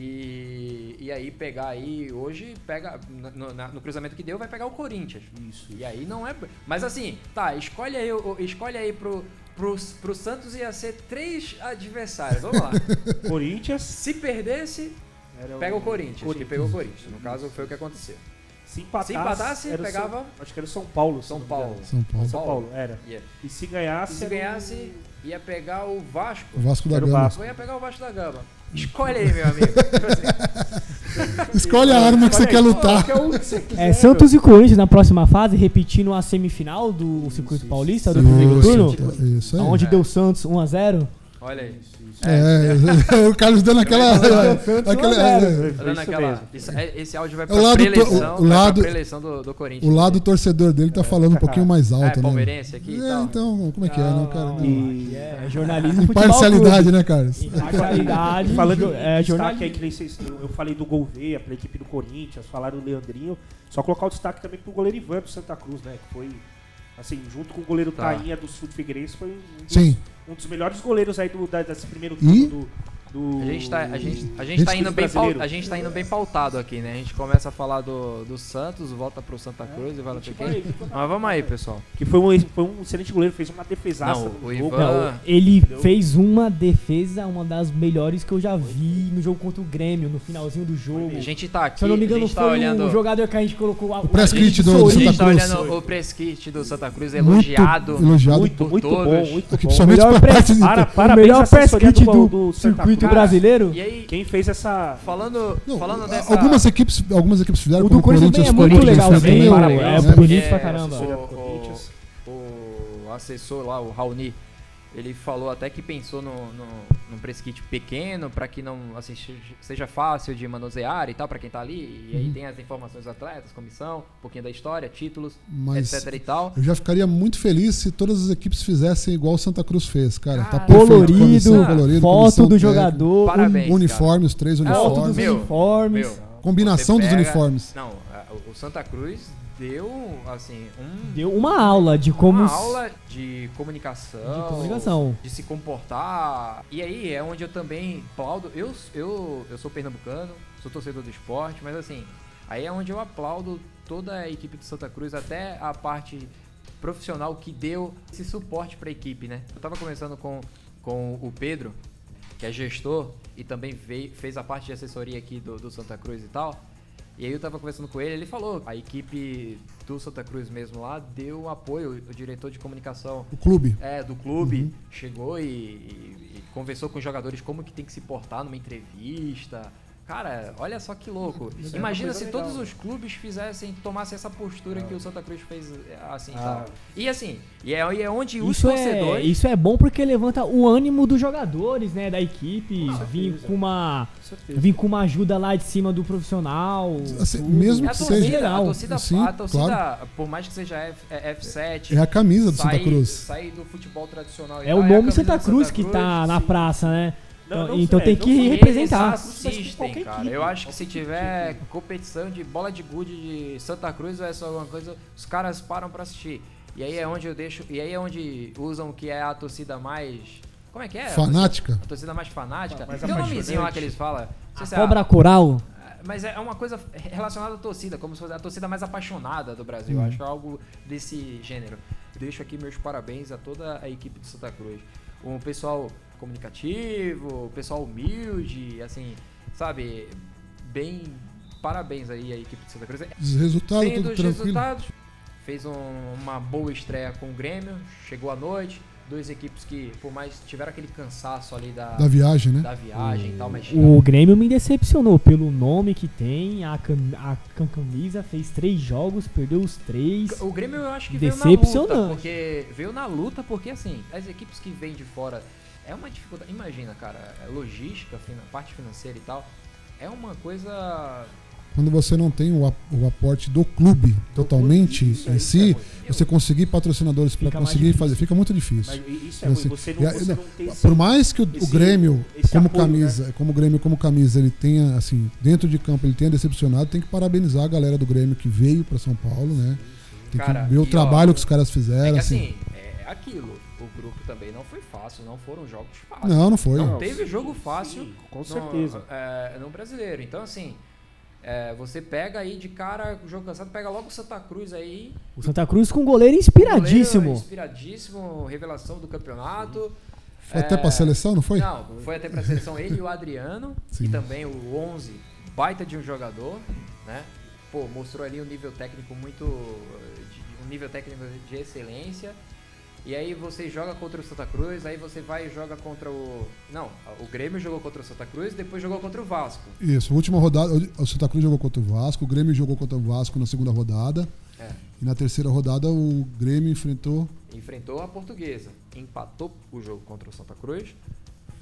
S1: E, e aí pegar aí, hoje, pega no, no- na- no cruzamento que deu, vai pegar o Corinthians. Isso. E aí não é... Mas assim, tá, escolhe aí, o- escolhe aí pro, pro, pro Santos ia ser três adversários, vamos lá.
S4: Corinthians.
S1: Se perdesse,
S4: era
S1: pega o Corinthians. E
S4: Corinthians.
S1: pegou o Corinthians. No caso, foi o que aconteceu.
S4: Se empatasse,
S1: Se empatasse,
S4: era o São-
S1: pegava-
S4: acho que era o São Paulo. se
S1: São
S4: não me engano.
S1: Paulo.
S3: São Paulo.
S4: São Paulo, era.
S1: Ia.
S4: E se
S1: E
S4: ganhasse.
S1: se
S4: era um- o-
S1: ganhasse, ia pegar o Vasco.
S3: O Vasco da
S4: Era o
S3: Gama.
S4: Vasco.
S1: Ou ia pegar o Vasco da Gama. Escolhe aí, meu amigo. Tipo assim,
S3: Escolhe a arma que você
S4: Olha
S3: quer
S4: aí,
S3: lutar.
S4: qualquer um que você quiser,
S2: É,
S4: meu.
S2: Santos e Corinthians na próxima fase, repetindo a semifinal do Circuito Paulista, do primeiro turno,
S3: Isso, é isso aí.
S2: onde deu Santos 1x0.
S1: Olha aí.
S3: É, o Carlos dando aquela. aquela é,
S1: Tá
S4: Foi
S1: dando
S4: isso
S1: aquela-
S4: mesmo.
S1: isso- é- esse áudio vai
S3: o
S1: pra
S3: lado to-
S1: preleção,
S3: o
S1: vai pra
S3: lado-
S1: preleção do, do
S3: o
S1: Corinthians.
S3: lado torcedor dele tá falando um pouquinho mais
S1: é,
S3: alto, né?
S1: palmeirense aqui e
S3: É,
S1: tal.
S3: então, como é que é, né, cara? Não.
S4: E-
S2: É, jornalismo futebol
S3: Imparcialidade, né, Carlos?
S2: clube. Imparcialidade.
S4: Falando
S2: jo-
S4: em
S2: é,
S4: destaque aí,
S2: jornalismo.
S4: que nem vocês, eu, eu falei do Gouveia pra equipe do Corinthians, falaram do Leandrinho. Só colocar o destaque também pro goleiro Ivan do Santa Cruz, né? Que foi, assim, junto com o goleiro
S1: Tá.
S4: Tainha do Sul de Figueirense, foi um dos,
S3: Sim.
S4: um dos melhores goleiros aí do, da, desse primeiro
S3: E?
S4: turno do, do-
S1: A gente, tá, a, gente, a, gente tá indo bem pau- a gente tá indo bem pautado aqui, né? A gente começa a falar do, do Santos, volta pro Santa Cruz e vai lá pra
S4: Tipo, aí,
S1: quem. Mas vamos aí, pessoal.
S4: Que foi um, ex- foi um excelente goleiro, fez uma defesaça.
S1: Não,
S4: no
S1: o
S4: jogo.
S1: Ivan-
S2: Não, ele fez uma defesa, uma das melhores que eu já vi no jogo contra o Grêmio, no finalzinho do jogo.
S1: A gente tá aqui,
S2: Se eu não me
S1: a
S2: engano,
S1: gente tá
S2: foi um
S1: olhando...
S2: o jogador que a gente colocou. O
S3: press kit do-
S1: a gente
S3: Santa
S1: tá
S3: Cruz.
S1: olhando o press kit do Santa Cruz elogiado.
S3: elogiado.
S4: Muito,
S1: por
S4: muito bom,
S1: todos.
S4: muito
S3: Aqui,
S4: bom.
S3: principalmente pra
S2: Melhor press-
S3: parte de.
S4: Para,
S2: o
S4: parabéns à
S2: melhor press
S4: assessoria
S2: kit
S4: do,
S2: do,
S4: do Santa
S2: circuito
S4: Cruz.
S1: Cara,
S2: brasileiro.
S1: E aí,
S4: Quem fez essa.
S1: falando,
S3: Não,
S1: falando
S3: a-
S1: dessa...
S3: Algumas equipes, algumas equipes fizeram,
S2: O
S3: como
S2: do
S3: o
S2: Corinthians também
S3: Corinthians
S2: é muito
S3: Corinthians
S2: legal
S3: fez
S2: também.
S3: também, né?
S1: parabéns,
S2: É
S1: porque
S2: bonito pra caramba.
S1: assessoria do
S4: O-
S1: Corinthians, O, assessor lá, o Raoni, ele falou até que pensou no, no, num press kit pequeno para que não assim, se- seja fácil de manusear e tal para quem tá ali. E
S3: Uhum.
S1: aí tem as informações dos atletas, comissão, um pouquinho da história, títulos,
S3: Mas
S1: etc e tal.
S3: Eu já ficaria muito feliz se todas as equipes fizessem igual o Santa Cruz fez, cara. Tá
S1: Cara,
S3: perfeito.
S2: Ah, Colorido, ah,
S3: Comissão
S2: foto
S3: comissão
S2: do
S3: técnica,
S2: jogador,
S1: Parabéns. cara.
S3: Uniforme, os três
S2: Ah, foto dos
S3: uniformes.
S1: Meu,
S2: uniformes.
S3: Combinação
S1: você
S3: dos uniformes.
S1: Não, a- o Santa Cruz deu, assim, um,
S2: Deu uma aula de como.
S1: uma
S2: s-
S1: aula de comunicação.
S2: De comunicação.
S1: De se comportar. E aí é onde eu também aplaudo. Eu, eu, eu sou pernambucano, sou torcedor do esporte, mas assim, aí é onde eu aplaudo toda a equipe do Santa Cruz, até a parte profissional que deu esse suporte pra equipe, né? Eu tava conversando com, com o Pedro, que é gestor e também veio, fez a parte de assessoria aqui do, do Santa Cruz e tal. E aí eu tava conversando com ele, ele falou, a equipe do Santa Cruz mesmo lá deu apoio, o diretor de comunicação
S3: O clube.
S1: é, do clube,
S3: Uhum.
S1: chegou e, e- e conversou com os jogadores como que tem que se portar numa entrevista. Cara, olha só que louco.
S4: Isso é uma
S1: Imagina
S4: coisa
S1: se
S4: legal,
S1: todos
S4: né?
S1: os clubes fizessem, tomassem essa
S3: É.
S1: postura que o Santa Cruz fez assim.
S4: Ah.
S1: tal. E assim, e é, e é onde os
S2: Isso é,
S1: torcedores.
S2: isso é bom porque levanta o ânimo dos jogadores, né? Da equipe.
S4: Com
S2: Vim
S4: certeza.
S2: com uma.
S4: Com certeza.
S2: Vim com uma ajuda lá de cima do profissional.
S3: Assim,
S2: tudo.
S3: mesmo
S1: é A
S3: que
S1: torcida,
S3: seja.
S1: a torcida,
S3: Sim,
S1: a torcida
S3: claro.
S1: por mais que seja F, é F7,
S3: É a camisa do Santa
S1: sair-
S3: Cruz.
S1: sair do futebol tradicional. e
S2: É
S1: tal,
S2: o
S1: a
S2: nome
S1: camisa
S2: Santa
S1: do
S2: Cruz que tá na
S4: sim.
S2: praça, né?
S4: Não,
S2: Então-
S4: não
S2: então
S4: só-
S2: tem
S4: não
S2: que
S4: só-
S2: ir
S1: Eles
S2: representar.
S1: assistem,
S4: Qualquer
S1: cara.
S4: equipe,
S1: Eu acho que
S4: qualquer
S1: se
S4: equipe.
S1: tiver competição de bola de gude de Santa Cruz ou essa alguma coisa, os caras param pra assistir. E aí é onde eu deixo. E aí é onde usam o que é a torcida mais. Como é que é? A torcida-
S3: Fanática.
S1: A torcida mais fanática.
S4: é Mais
S1: Tem um
S4: apaixonante.
S1: nomezinho lá que eles falam. Não sei
S2: A
S1: se é
S2: cobra coral.
S1: Mas é uma coisa relacionada à torcida, como se fosse a torcida mais apaixonada do Brasil. Eu Acho que é algo desse gênero. Deixo aqui meus parabéns a toda a equipe do Santa Cruz. Um pessoal comunicativo, um pessoal humilde, assim, sabe? Bem, parabéns aí à equipe do Santa Cruz.
S3: Os resultados,
S1: Tendo
S3: tudo
S1: os
S3: tranquilo.
S1: resultados, fez um- uma boa estreia com o Grêmio, chegou à noite. Duas equipes que, por mais tiveram aquele cansaço ali da,
S3: Da viagem, né?
S1: da viagem e tal, mas
S2: O Grêmio me decepcionou pelo nome que tem. A, cam- a cam- camisa fez três jogos, perdeu os três.
S1: O Grêmio eu acho que
S2: Decepcionante.
S1: veio na luta, porque veio na luta porque assim, as equipes que vêm de fora é uma dificuldade, imagina, cara, é logística, fina- parte financeira e tal, é uma coisa
S3: Quando você não tem o, a- o aporte do clube totalmente
S4: Isso,
S3: em
S4: isso
S3: si,
S4: é ruim.
S3: você conseguir patrocinadores para
S2: Fica mais
S3: conseguir
S2: difícil.
S3: fazer, fica muito difícil.
S4: Mas isso
S3: Então,
S4: é ruim.
S3: assim,
S4: Você
S3: e
S4: não,
S3: a-
S4: você não tem esse-
S3: Por mais que o, o
S4: esse-
S3: Grêmio,
S4: esse
S3: como
S4: apoio,
S3: camisa, como o Grêmio, como camisa, ele tenha assim dentro de campo ele tenha decepcionado, tem que parabenizar a galera do Grêmio que veio para São Paulo, né? Tem
S1: Cara,
S3: que ver o
S1: e, ó,
S3: trabalho que os caras fizeram,
S1: é que
S3: assim.
S1: assim, é aquilo. O grupo também não foi fácil, não foram jogos fáceis.
S3: Não, não foi.
S4: Não,
S1: Teve
S4: sim,
S1: jogo
S4: sim,
S1: fácil
S4: com
S1: no-
S4: certeza.
S1: é, no brasileiro. Então assim, é, você pega aí de cara o jogo cansado, pega logo o Santa Cruz aí
S2: O Santa Cruz com um goleiro inspiradíssimo.
S1: Goleiro é Inspiradíssimo, revelação do campeonato.
S3: Foi até pra seleção, não foi?
S1: é, Não, foi até pra seleção ele e o Adriano.
S3: Sim.
S1: E também o 11, baita de um jogador, né? Pô, mostrou ali um nível técnico muito. eh, de- um nível técnico de excelência. E aí você joga contra o Santa Cruz, aí você vai e joga contra o. Não, o Grêmio jogou contra o Santa Cruz, depois jogou contra o Vasco.
S3: Isso, última rodada, o Santa Cruz jogou contra o Vasco, o Grêmio jogou contra o Vasco na segunda rodada.
S1: É.
S3: E na terceira rodada o Grêmio enfrentou
S1: enfrentou a Portuguesa, empatou o jogo contra o Santa Cruz,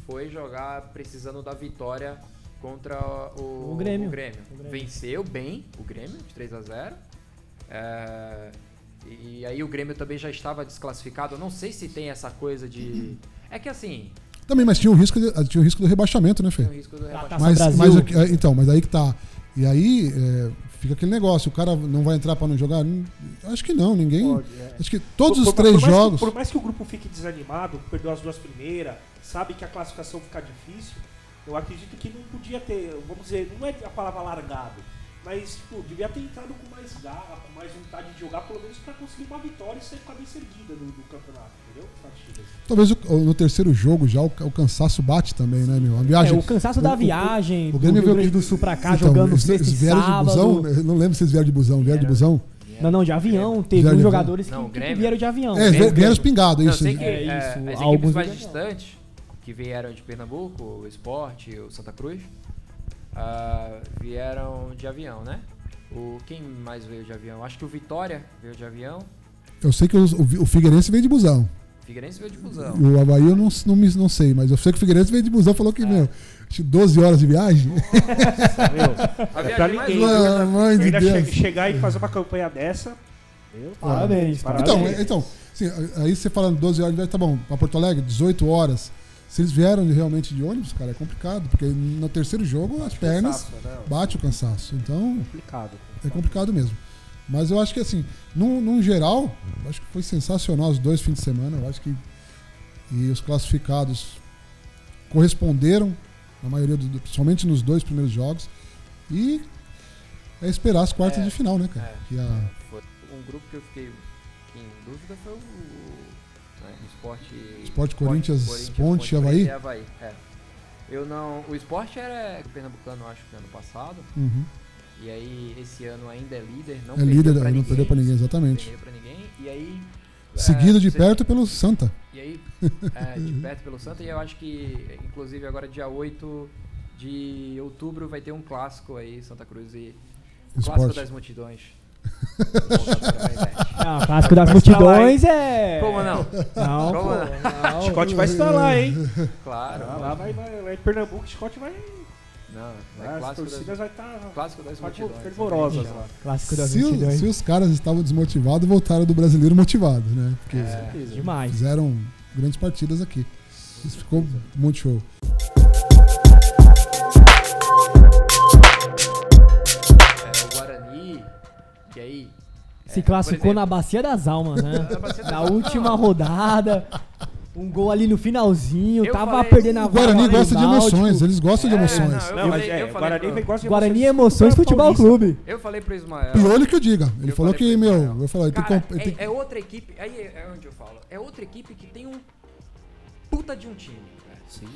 S1: foi jogar precisando da vitória contra o,
S2: O Grêmio.
S1: o Grêmio.
S2: O Grêmio.
S1: Venceu bem o Grêmio, de 3 a 0 É, e aí o Grêmio também já estava desclassificado. Eu não sei se tem essa coisa de. É que assim,
S2: Tá,
S3: Também, mas tinha o risco, de- ah, tinha o risco do rebaixamento, né, Fê?
S1: tem o risco do rebaixamento.
S2: Taça
S3: Mas,
S2: Brasil.
S3: mas o que- é, então, mas aí que tá. E aí é, fica aquele negócio, o cara não vai entrar pra não jogar? Hum, Acho que não, ninguém.
S4: Pode, é.
S3: Acho que todos
S4: Por-
S3: os
S4: por-
S3: três
S4: por mais que-
S3: jogos.
S4: por mais que o grupo fique desanimado, perdeu as duas primeiras, sabe que a classificação fica difícil, eu acredito que não podia ter, vamos dizer, não é a palavra largado, mas tipo, devia ter entrado com mais garra, com mais vontade de jogar, pelo menos pra conseguir uma vitória e sair com a cabeça erguida do, do campeonato, entendeu? Partidas.
S3: Talvez o- o- no terceiro jogo já o, ca- o cansaço bate também, né, meu? A viagem.
S2: É, o cansaço
S3: o-
S2: da
S3: o-
S2: viagem,
S3: o
S2: do
S3: Grêmio
S2: Rio
S3: veio-
S2: Grande do Sul pra cá,
S3: Então,
S2: jogando
S3: eles-
S2: sexta
S3: eles
S2: e
S3: vieram de
S2: sábado.
S3: busão? né? Eu não lembro se eles vieram de busão. Vieram de
S1: Vieram.
S3: busão?
S2: Não, não, de avião. Teve
S3: Grêmio.
S2: uns jogadores que,
S1: Não,
S2: que
S1: Grêmio.
S2: vieram de avião.
S3: É,
S1: Grêmio.
S3: vieram espingados,
S1: Não, eu
S3: isso. né?
S1: sei que
S2: É
S1: é,
S2: isso,
S1: as equipes
S2: alguns
S1: mais
S2: vieram.
S1: distantes, que vieram de Pernambuco, o Sport, o Santa Cruz, ah, vieram de avião, né? O, quem mais veio de avião? Acho que o Vitória veio de avião,
S3: Eu sei que os- o, Vi- o Figueirense veio de busão.
S1: o Figueirense veio de busão.
S3: E o Havaí eu não, não, me- não sei, mas eu sei que o Figueirense veio de busão falou que, meu, acho que 12 horas de viagem.
S1: A viagem
S4: pra
S1: mais um.
S4: ninguém.
S1: longa-
S3: Pelo amor de
S4: Ainda che-
S3: Deus.
S4: chegar e fazer uma campanha dessa, entendeu?
S2: Parabéns,
S4: Parabéns.
S3: Então,
S2: parabéns.
S3: então assim, aí você falando 12 horas de viagem, tá bom, pra Porto Alegre, 18 horas. Se eles vieram realmente de ônibus, cara, é complicado, porque no terceiro jogo as pernas
S4: Cansaço, né?
S3: bate o cansaço. Então,
S4: Complicado.
S3: é complicado mesmo. Mas eu acho que assim, num, num geral, eu acho que foi sensacional os dois fins de semana. Eu acho que. E os classificados corresponderam, na maioria do, do- principalmente nos dois primeiros jogos. E é esperar as quartas
S1: É,
S3: de final, né, cara?
S1: é.
S3: Que a-
S1: Foi um grupo que eu fiquei em dúvida foi o né, esporte,
S3: Esporte, Corinthians, Ponte, Havaí?
S1: e Havaí. É. Eu não, o esporte era pernambucano, acho que ano passado.
S3: Uhum.
S1: E aí esse ano ainda é líder, não
S3: é
S1: perdeu
S3: líder,
S1: pra
S3: não perdeu pra ninguém, exatamente.
S1: Perdeu pra ninguém. E aí é,
S3: Seguido de
S1: você-
S3: perto pelo Santa.
S1: E aí é, de perto pelo Santa e eu acho que inclusive agora dia 8 de outubro vai ter um clássico aí, Santa Cruz e. Clássico
S3: Esporte.
S1: das multidões. Voltado pra internet.
S2: Ah, o clássico das
S4: Vai estar lá,
S2: multidões é.
S1: Como não?
S2: Não,
S1: Como
S2: pô,
S4: O
S2: não.
S4: Chicote vai
S3: É,
S4: estar lá, hein?
S1: Claro.
S4: Ah, Lá, lá vai, vai, vai em Pernambuco, o Chicote vai.
S1: Não,
S4: lá
S1: é
S4: as
S1: clássico das,
S4: torcidas vai estar
S1: clássico das multidões. É,
S4: fervorosas né? lá.
S2: Clássico das
S3: Se, o-
S2: multidões.
S3: se os caras estavam desmotivados, voltaram do brasileiro motivado, né? Porque
S2: Demais.
S3: fizeram grandes partidas aqui. Isso ficou muito show.
S1: É, o Guarani, que aí.
S2: Se
S1: é, por
S2: classificou
S1: exemplo,
S2: na Bacia das Almas, né?
S1: Na Bacia das
S2: Na
S1: Almas.
S2: última rodada. Um gol ali no finalzinho.
S1: Eu
S2: tava
S1: falei,
S2: perdendo a
S3: O Guarani
S2: bola,
S3: gosta de
S2: Náutico.
S3: emoções, eles gostam de
S1: É,
S3: emoções.
S1: não, eu
S4: Não, mas
S1: falei-
S4: é,
S1: eu
S4: o
S1: falei
S4: Guarani
S1: pro-
S4: vem gosta de
S2: Guarani
S4: emoções.
S2: Emoções Futebol
S4: assim, Paulista.
S2: Clube.
S1: Eu falei pro Ismael.
S3: Pior que eu diga. Ele
S1: Eu
S3: falou
S1: falei
S3: que,
S1: pra ele,
S3: meu,
S1: não.
S3: eu falei, tem que
S1: Cara,
S3: comp- ele tem que-
S1: é, é outra equipe. Aí é é onde eu falo. É outra equipe que tem um puta de um time. velho.
S4: Sim.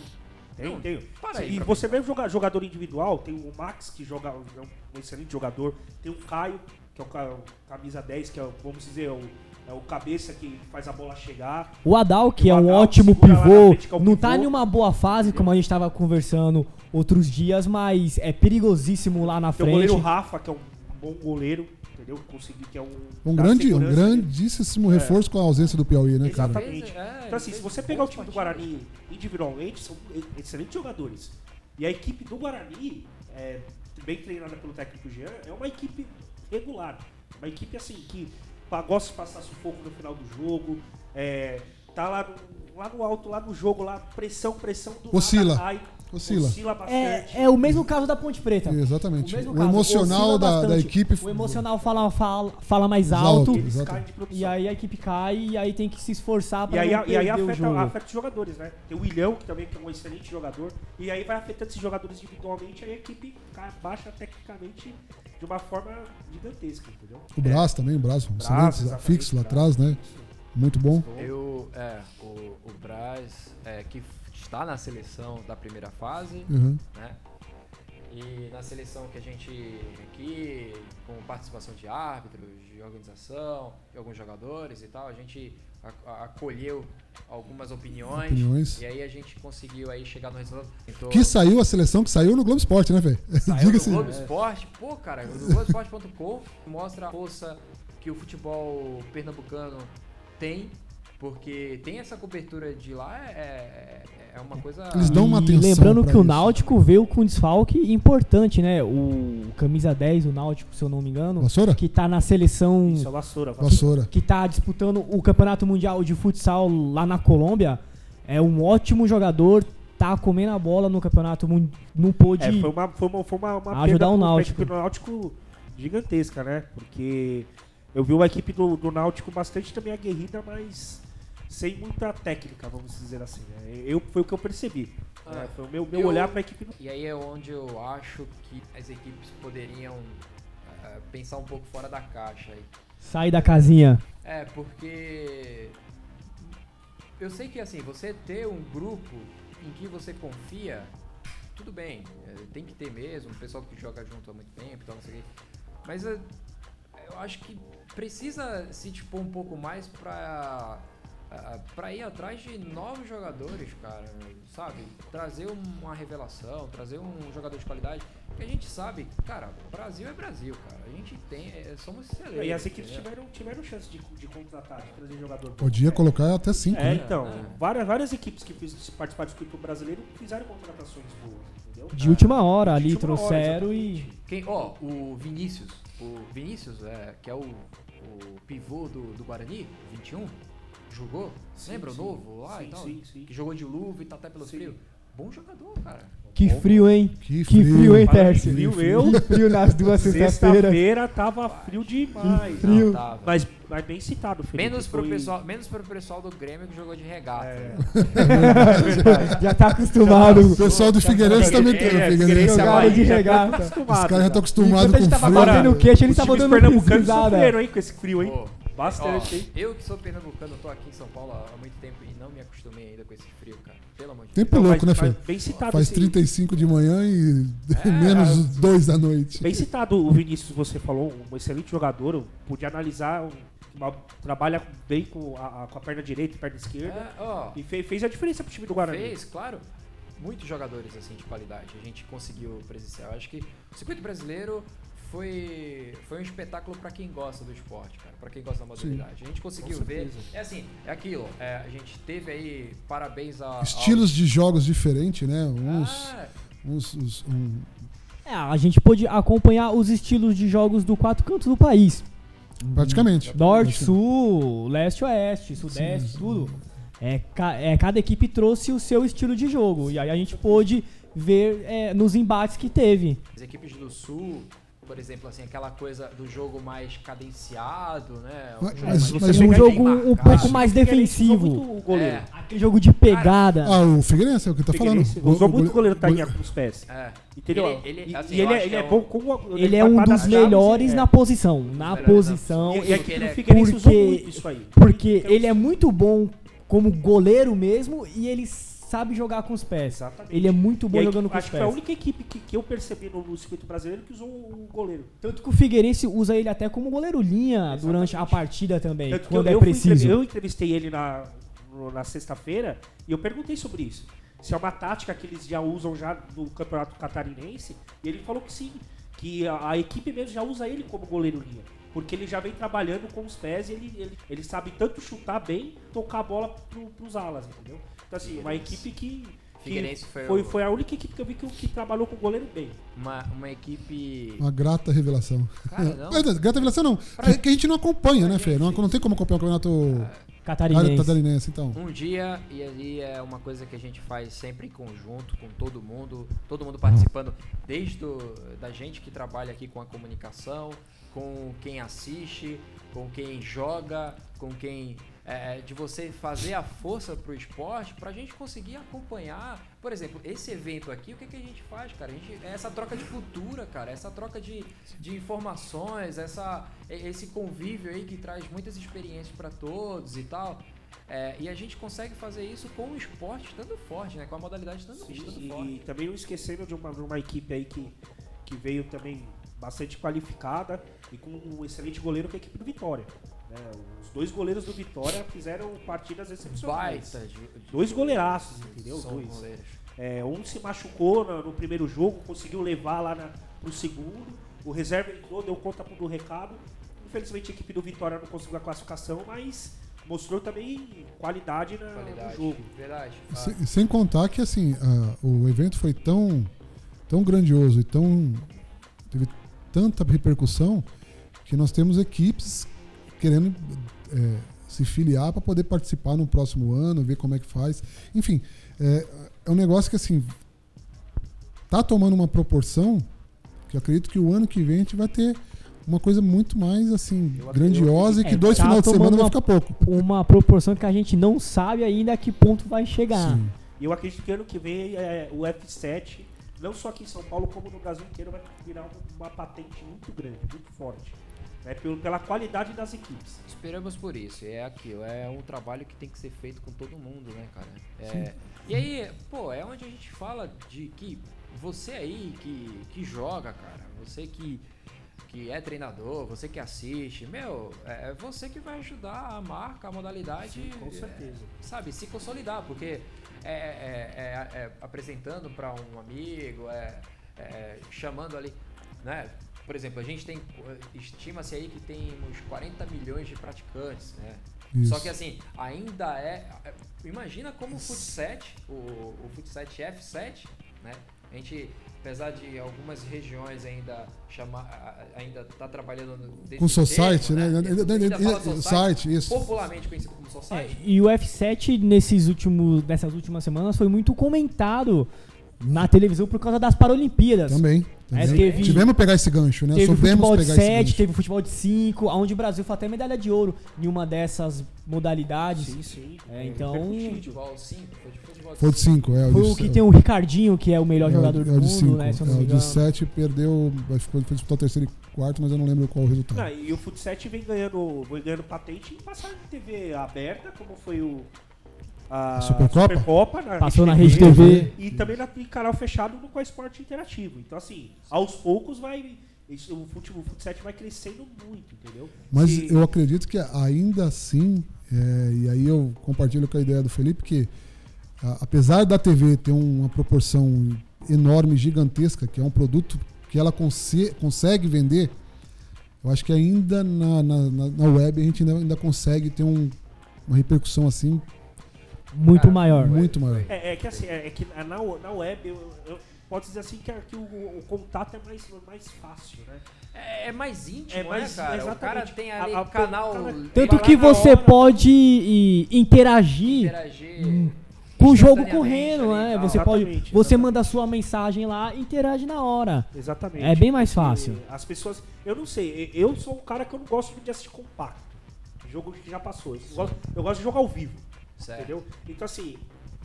S1: Não,
S4: Tem, tem.
S1: para aí
S4: e
S1: pra
S4: você mesmo joga, jogador individual, tem o Max, que joga, é um excelente jogador, tem o Caio, que é o, ca- o camisa 10, que é, o- vamos dizer, é o, é o cabeça que faz a bola chegar.
S2: O Adal, que
S4: E o
S2: é um
S4: Adal
S2: ótimo
S4: segura lá na
S2: pivô,
S4: frente, que é o
S2: não
S4: pivô.
S2: tá em uma boa fase, como a gente tava conversando outros dias, mas é perigosíssimo lá na
S4: Tem o goleiro
S2: frente.
S4: Rafa, que é um bom goleiro, entendeu? Conseguiu, que é um...
S3: Um
S4: dá
S3: grande, um
S4: segurança.
S3: grandíssimo reforço com a ausência do Piauí, né, cara?
S4: Exatamente.
S1: Fez, é,
S4: então, assim,
S1: fez
S4: se você pegar o
S1: boas
S4: time do
S1: partidas.
S4: Guarani individualmente, são e- excelentes jogadores. E a equipe do Guarani, é, bem treinada pelo técnico Jean, é uma equipe regular. Uma equipe, assim, que pa- gosta de passar sufoco no final do jogo, é, tá lá no, lá no alto, lá no jogo, lá, pressão, pressão do nada
S3: Oscila.
S4: cai,
S3: Oscila.
S4: bastante.
S2: É, é o mesmo caso da Ponte Preta.
S3: Exatamente.
S2: então, mesmo
S3: O,
S2: caso,
S3: emocional
S2: oscila
S3: da, da
S2: bastante.
S3: equipe.
S2: O emocional fala, fala, fala mais
S3: Mais
S2: alto,
S3: alto.
S4: Eles
S3: Exato.
S4: caem de produção.
S2: e aí a equipe cai e aí tem que se esforçar
S4: E
S2: pra
S4: aí,
S2: não
S4: a- e aí
S2: perder o
S4: afeta,
S2: jogo.
S4: afeta os jogadores, né? Tem o Wilhão, que também que é um excelente jogador, e aí vai afetando esses jogadores individualmente, aí a equipe ca- baixa tecnicamente de uma forma gigantesca, entendeu?
S3: O Brás também, o Brás, um
S4: Brás,
S3: excelente
S4: exatamente,
S3: fixo lá
S4: Brás.
S3: atrás, né? Muito bom.
S1: Eu, é, o, o Braz, é, que está na seleção da primeira fase,
S3: Uhum.
S1: né? E na seleção que a gente aqui, com participação de árbitros, de organização, de alguns jogadores e tal, a gente a- a- acolheu algumas opiniões,
S3: Opiniões.
S1: e aí a gente conseguiu aí chegar no resultado. Então,
S3: Que saiu a seleção que saiu no Globo Esporte, né, velho?
S1: Saiu
S3: Diga-se.
S1: do Globo Esporte, pô, cara, o Globoesporte.com mostra a força que o futebol pernambucano tem, porque tem essa cobertura de lá, é, é- é uma coisa.
S3: Eles dão uma
S2: E
S3: atenção
S2: lembrando
S3: pra
S2: que o
S3: isso.
S2: Náutico veio com um desfalque importante, né? O camisa 10, o Náutico, se eu não me engano,
S3: Vassoura?
S2: que tá na seleção
S4: Isso é vassoura. vassoura.
S3: Vassoura.
S2: que tá disputando o Campeonato Mundial de Futsal lá na Colômbia, é um ótimo jogador, tá comendo a bola no campeonato, mun- não pôde.
S4: É, foi uma, foi uma, foi uma, uma
S2: Ajudar o
S4: pro- pra
S2: Náutico.
S4: equipe do Náutico gigantesca, né? Porque eu vi uma equipe do, do Náutico bastante também aguerrida, mas sem muita técnica, vamos dizer assim. Né? Eu, foi o que eu percebi. né?
S1: Ah,
S4: Foi o meu, meu
S1: eu-
S4: olhar pra equipe do
S1: E aí é onde eu acho que as equipes poderiam ah, pensar um pouco fora da caixa aí.
S2: Sai da casinha.
S1: É, porque eu sei que assim, você ter um grupo em que você confia, tudo bem, é, tem que ter mesmo, o pessoal que joga junto há muito tempo, e tal, não sei o quê. Mas é, eu acho que precisa se dispor um pouco mais pra, ah, pra ir atrás de novos jogadores, cara, sabe? Trazer uma revelação, trazer um jogador de qualidade. Porque a gente sabe, cara, Brasil é Brasil, cara. A gente tem, é, somos excelentes.
S4: E assim as equipes
S1: entendeu?
S4: tiveram, tiveram chance de, de contratar, de trazer jogador. bom.
S3: Podia colocar até cinco,
S4: É,
S3: né?
S4: então,
S1: É.
S4: várias, várias equipes que fiz, participaram do Campeonato Brasileiro fizeram contratações boas, entendeu?
S2: De última hora ali,
S4: De última hora,
S2: trouxeram e.
S4: exatamente.
S1: Quem, ó, o Vinícius. O Vinícius, é, que é o, o pivô do, do Guarani, 21, jogou.
S4: Sim,
S1: Lembra o
S4: sim.
S1: novo lá e
S4: Sim,
S1: tal?
S4: sim, sim.
S1: Que jogou de luva e tá até pelo
S4: Sim.
S1: frio. Bom jogador, cara.
S2: Que frio, hein?
S3: Que
S2: Que frio, hein,
S4: Fala,
S2: Tércio?
S4: frio,
S2: Que
S4: eu?
S2: frio nas duas sexta-feira.
S4: Sexta-feira tava frio demais. né?
S2: Frio.
S1: Não, tava.
S4: Mas, mas bem citado, Felipe.
S1: então. menos, pro
S4: foi-
S1: pessoal, menos pro pessoal do Grêmio que jogou de regata.
S4: É.
S1: né?
S2: Já tá acostumado.
S3: O pessoal do Figueirense também tem. O Figueirense.
S4: É, Figueirense
S3: Os
S2: Jogaram
S4: Havaí,
S2: de
S4: já tá
S2: regata.
S4: acostumado, então.
S3: caras já estão acostumados
S2: Enquanto a
S3: com
S2: gente tava
S4: Agora,
S2: tá batendo
S3: frio. né?
S2: o queixo, ele
S4: Os
S2: tava
S4: times
S2: dando
S4: pernambucanos
S2: pesquisada.
S4: sofreram, hein, com esse frio, hein?
S1: Pô,
S4: Bastante,
S1: ó,
S4: hein?
S1: eu que sou pernambucano, tô aqui em São Paulo há muito tempo e não me acostumei ainda com esse frio, cara. Pelo amor de Deus.
S3: Tempo
S4: Não,
S3: louco, né,
S4: mas- mas
S3: Fê?
S4: Bem citado.
S3: Faz
S4: esse-
S3: 35 de manhã e
S4: É.
S3: menos 2 da noite.
S4: Bem citado o Vinícius, você falou, um excelente jogador, eu pude analisar, um- uma- trabalha bem com a, a- com a perna direita e perna esquerda.
S1: É, ó,
S4: E fe- fez a diferença pro time do Guarani.
S1: Fez, claro. muitos jogadores assim de qualidade. A gente conseguiu presenciar. Eu acho que o circuito brasileiro foi, foi um espetáculo para quem gosta do esporte, cara, para quem gosta da modernidade. A gente conseguiu ver. É assim, é aquilo. é, a gente teve aí parabéns a
S3: Estilos de jogos diferentes, né?
S1: aos-
S3: Uns.
S1: Ah,
S3: uns, uns- um-
S2: É, a gente pôde acompanhar os estilos de jogos do quatro cantos do país.
S3: praticamente.
S2: Norte,
S3: Praticamente.
S2: sul, leste, oeste, sudeste, tudo. É, ca- é, cada equipe trouxe o seu estilo de jogo. E aí a gente pôde ver é, nos embates que teve.
S1: As equipes do Sul, por exemplo, assim, aquela coisa do jogo mais cadenciado, né? Um
S3: Mas-
S1: jogo
S3: mas-
S1: mais-
S3: mas
S2: um
S4: bem
S2: jogo
S1: marcado.
S2: um pouco mais defensivo. Tá
S4: Muito o goleiro.
S1: É,
S2: Aquele jogo de pegada.
S3: Ah, o Figueirense é o que tá falando.
S4: Figueirense Usou
S3: O- o-
S4: muito o goleiro tá
S3: o-
S4: Tainha com os pés.
S1: é.
S4: Entendeu?
S1: Ele- ele-
S4: E-
S1: assim,
S4: e
S1: eu
S4: ele,
S1: acho
S4: é,
S1: que
S4: ele
S1: é
S4: é
S1: um-
S4: bom com
S2: Ele é um
S4: pra
S2: dos
S4: dar chaves,
S2: melhores
S4: é.
S2: na posição. Na
S1: melhores na-
S2: posição.
S4: E a equipe do
S1: Porque-
S4: Figueirense usou
S2: porque-
S4: muito isso aí.
S2: Porque ele é muito bom como goleiro mesmo e ele sabe jogar com os pés.
S4: Exatamente.
S2: Ele é muito
S4: E
S2: bom
S4: aí,
S2: jogando com os
S4: acho que foi a
S2: pés.
S4: única equipe que, que eu percebi no, no circuito brasileiro que usou o goleiro.
S2: Tanto que o Figueirense usa ele até como goleiro linha durante a partida também,
S4: Tanto que
S2: quando é
S4: fui
S2: preciso.
S4: entrevi- eu entrevistei ele na, no- na sexta-feira e eu perguntei sobre isso. Se é uma tática que eles já usam já no campeonato catarinense, e ele falou que sim, que a, a equipe mesmo já usa ele como goleiro linha. Porque ele já vem trabalhando com os pés e ele, ele, ele sabe tanto chutar bem, tocar a bola pro, pros alas, entendeu? Então assim, uma equipe que. que
S1: Figueirense foi
S4: foi,
S1: o-
S4: foi a única equipe que eu vi que, que trabalhou com o goleiro bem.
S1: Uma, uma equipe.
S3: Uma grata revelação.
S1: Cara, não.
S3: Mas, grata revelação não. É Que, que a gente não acompanha, né, Fê? Não, não tem como acompanhar o campeonato
S2: Catarinense.
S3: catarinense, então.
S1: Um dia, e ali é uma coisa que a gente faz sempre em conjunto, com todo mundo, todo mundo participando, desde o, da gente que trabalha aqui com a comunicação, com quem assiste, com quem joga, com quem. é, de você fazer a força pro esporte pra gente conseguir acompanhar. Por exemplo, esse evento aqui, o que, que a gente faz, cara? A gente, é essa troca de cultura, cara, essa troca de, de informações, essa, e- esse convívio aí que traz muitas experiências pra todos e tal. É, e a gente consegue fazer isso com o esporte estando forte, né? Com a modalidade estando, estando
S4: E,
S1: forte.
S4: e também não esquecendo de uma, de uma equipe aí que, que veio também bastante qualificada e com um excelente goleiro que é a equipe do Vitória. né? Os dois goleiros do Vitória fizeram partidas excepcionais.
S1: Baita de, de-
S4: Dois goleiraços, entendeu?
S1: são
S4: Dois.
S1: goleiros.
S4: É, um se machucou no, no primeiro jogo, conseguiu levar lá na, pro segundo. O reserva entrou, deu conta pro- do recado. Infelizmente a equipe do Vitória não conseguiu a classificação, mas mostrou também qualidade, na-
S1: Qualidade.
S4: no jogo.
S1: Verdade. Ah,
S3: Se- Sem, contar que assim, a- o evento foi tão, tão grandioso e tão teve tanta repercussão que nós temos equipes querendo é, se filiar para poder participar no próximo ano, ver como é que faz. Enfim, é, é um negócio que assim tá tomando uma proporção que eu acredito que o ano que vem a gente vai ter uma coisa muito mais assim grandiosa e que
S2: É,
S3: dois
S2: tá
S3: finais de semana
S2: tomando
S3: vai
S2: uma-
S3: ficar pouco.
S2: Uma proporção que a gente não sabe ainda a que ponto vai chegar.
S3: Sim.
S4: E eu acredito que ano que vem é, o F7, não só aqui em São Paulo, como no Brasil inteiro, vai virar um- uma patente muito grande, muito forte. Né? Pelo, pela qualidade das equipes.
S1: Esperamos por isso. É aquilo. É um trabalho que tem que ser feito com todo mundo, né, cara? É, e aí, pô, é onde a gente fala de que você aí que, que joga, cara, você que, que é treinador, você que assiste, meu, é você que vai ajudar a marca, a modalidade. é,
S4: Com certeza.
S1: sabe, se consolidar, porque é, é- é- é apresentando para um amigo, é, é chamando ali, né? Por exemplo, a gente tem, estima-se aí que tem uns 40 milhões de praticantes, né? Só
S3: Isso.
S1: que assim, ainda é, é- imagina como o futset, o, o futset F7, né? A gente, apesar de algumas regiões ainda chamar, a- a- ainda tá trabalhando no- desse
S3: Com society,
S1: termo,
S3: né?
S1: Ainda- ainda fala society,
S3: Site, isso.
S1: popularmente conhecido como society.
S2: É, E o F7 nesses últimos, nessas últimas semanas foi muito comentado na televisão por causa das Paralimpíadas.
S3: Também.
S2: É,
S3: também.
S2: teve-
S3: Tivemos que pegar esse gancho, né?
S2: Teve o
S3: Soubemos
S2: futebol de
S3: pegar esse
S2: 7,
S3: gancho.
S2: teve o futebol de 5, onde o Brasil foi até medalha de ouro em uma dessas modalidades.
S4: sim.
S2: É, então-
S4: repercutido.
S1: Futebol 5, foi de futebol
S3: Foi o de 5, é.
S2: Foi o
S3: de-
S2: que tem o Ricardinho, que é o
S3: é,
S2: melhor jogador
S3: é,
S2: do
S3: o de
S2: mundo,
S3: cinco.
S2: né? Se eu
S3: É,
S2: não me
S3: o de
S2: engano.
S3: 7 perdeu, mas ficou, foi disputar o terceiro e quarto, mas eu não lembro qual o resultado.
S4: Ah, e o Futset vem ganhando, vem ganhando patente em passar de TV aberta, como foi o. A
S3: Supercopa?
S4: Supercopa na
S2: Passou na
S4: RedeTV.
S2: Rede TV.
S4: E também na, em canal fechado no esporte Interativo. Então, assim, aos poucos vai. isso- o fute- o Futset vai crescendo muito, entendeu?
S3: Mas
S4: Se-
S3: eu acredito que ainda assim, é, e aí eu compartilho com a ideia do Felipe, que a- apesar da TV ter uma proporção enorme, gigantesca, que é um produto que ela conse- consegue vender, eu acho que ainda na, na, na- na web a gente ainda, ainda consegue ter um- uma repercussão assim
S2: Muito
S1: Cara,
S2: maior.
S3: muito maior.
S4: É, é que assim, é, é que na, na web, eu, eu posso dizer assim que, que o, o contato é mais, mais fácil, né?
S1: É, é mais íntimo,
S4: É mais-
S1: né, cara? O
S4: exatamente.
S1: cara tem ali
S4: A- a-
S1: canal.
S4: cara-
S2: Tanto
S1: lá
S2: que
S1: na
S2: você
S1: hora,
S2: pode e, interagir
S1: interagir.
S2: com o hum, jogo
S1: instantaneamente
S2: correndo,
S1: ali e
S2: né?
S1: tal.
S2: Você pode,
S4: Exatamente,
S2: você
S4: exatamente.
S2: manda sua mensagem lá, e interage na hora.
S4: Exatamente.
S2: É bem mais fácil.
S4: E As pessoas. Eu não sei, e- eu sou um cara que eu não gosto de assistir compacto. Jogo que já passou. Eu gosto, eu gosto de jogar ao vivo.
S1: Certo.
S4: Entendeu? Então, assim,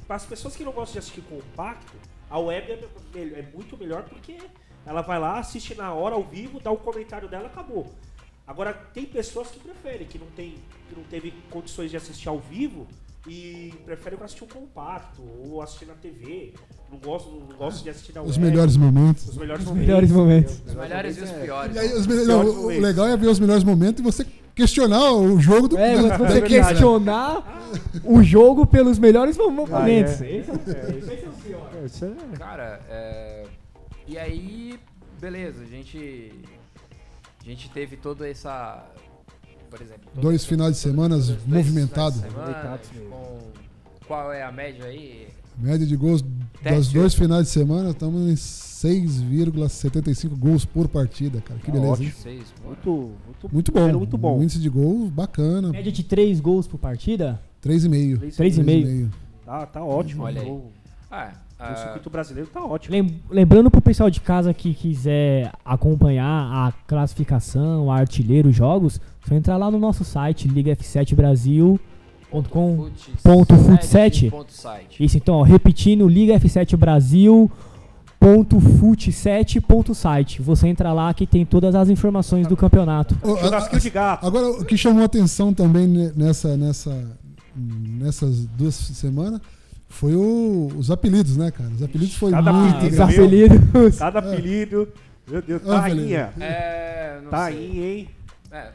S4: para as pessoas que não gostam de assistir compacto, a web é, me- é muito melhor porque ela vai lá, assiste na hora ao vivo, dá o comentário dela acabou. Agora, tem pessoas que preferem, que não, tem, que não teve condições de assistir ao vivo e preferem assistir um compacto ou assistir na TV. Não gosto, não gosto de assistir na
S3: Os
S4: web.
S3: melhores momentos.
S4: Os melhores
S2: Os
S4: momentos.
S2: melhores momentos.
S4: entendeu?
S1: Os melhores e os piores.
S3: E aí, os melhores- não,
S4: Ótimo
S3: o
S4: isso.
S3: legal é ver os melhores momentos e você questionar o jogo do
S2: É,
S3: da-
S2: você
S3: daquele-
S2: questionar o jogo pelos melhores momentos.
S4: Ah, é.
S2: Esse é
S4: Isso é-
S1: Cara, é... e aí, beleza, a gente. A gente teve toda essa. Por exemplo. todo-
S3: Dois finais de semana
S1: dois- dois finais de
S3: movimentados.
S1: semana, tipo,
S4: Movimentados mesmo.
S1: com- Qual é a média aí?
S3: Média de gols das
S1: Tete.
S3: dois finais de semana, estamos em 6,75 gols por partida, cara. Que
S4: Tá
S3: beleza, hein?
S4: ótimo.
S1: Seis, bora.
S4: Muito, muito,
S3: Muito bom.
S4: Era muito bom.
S3: Um índice de gols bacana.
S2: Média de 3 gols por partida?
S3: 3,5.
S4: Três-
S2: 3,5.
S4: Tá, tá ótimo.
S1: Olha aí.
S4: O,
S1: Ah,
S4: o
S1: ah,
S4: circuito brasileiro tá ótimo.
S2: Lem- Lembrando pro pessoal de casa que quiser acompanhar a classificação, a artilheiro, os jogos, só entrar lá no nosso site, ligaf7brasil.com.
S1: fut-
S2: ponto fut
S1: sete
S2: sete.
S1: ponto site.
S2: Isso então, ó, repetindo, ligaf7brasil.fut7.site. Você entra lá que tem todas as informações do campeonato.
S3: Ô, a-
S4: Churrasquinho de gato.
S3: Agora, o que chamou atenção também ne- nessa, nessa, nessas duas semanas foi o- os apelidos, né, cara? Os apelidos foi
S4: cada
S3: muito
S4: apelido,
S2: Ah, os
S4: viu?
S3: engraçado.
S2: apelidos.
S4: Cada
S3: é.
S4: apelido. Meu Deus,
S3: Ah,
S4: Tainha.
S1: É, não sei.
S4: Tainha, hein?
S1: É,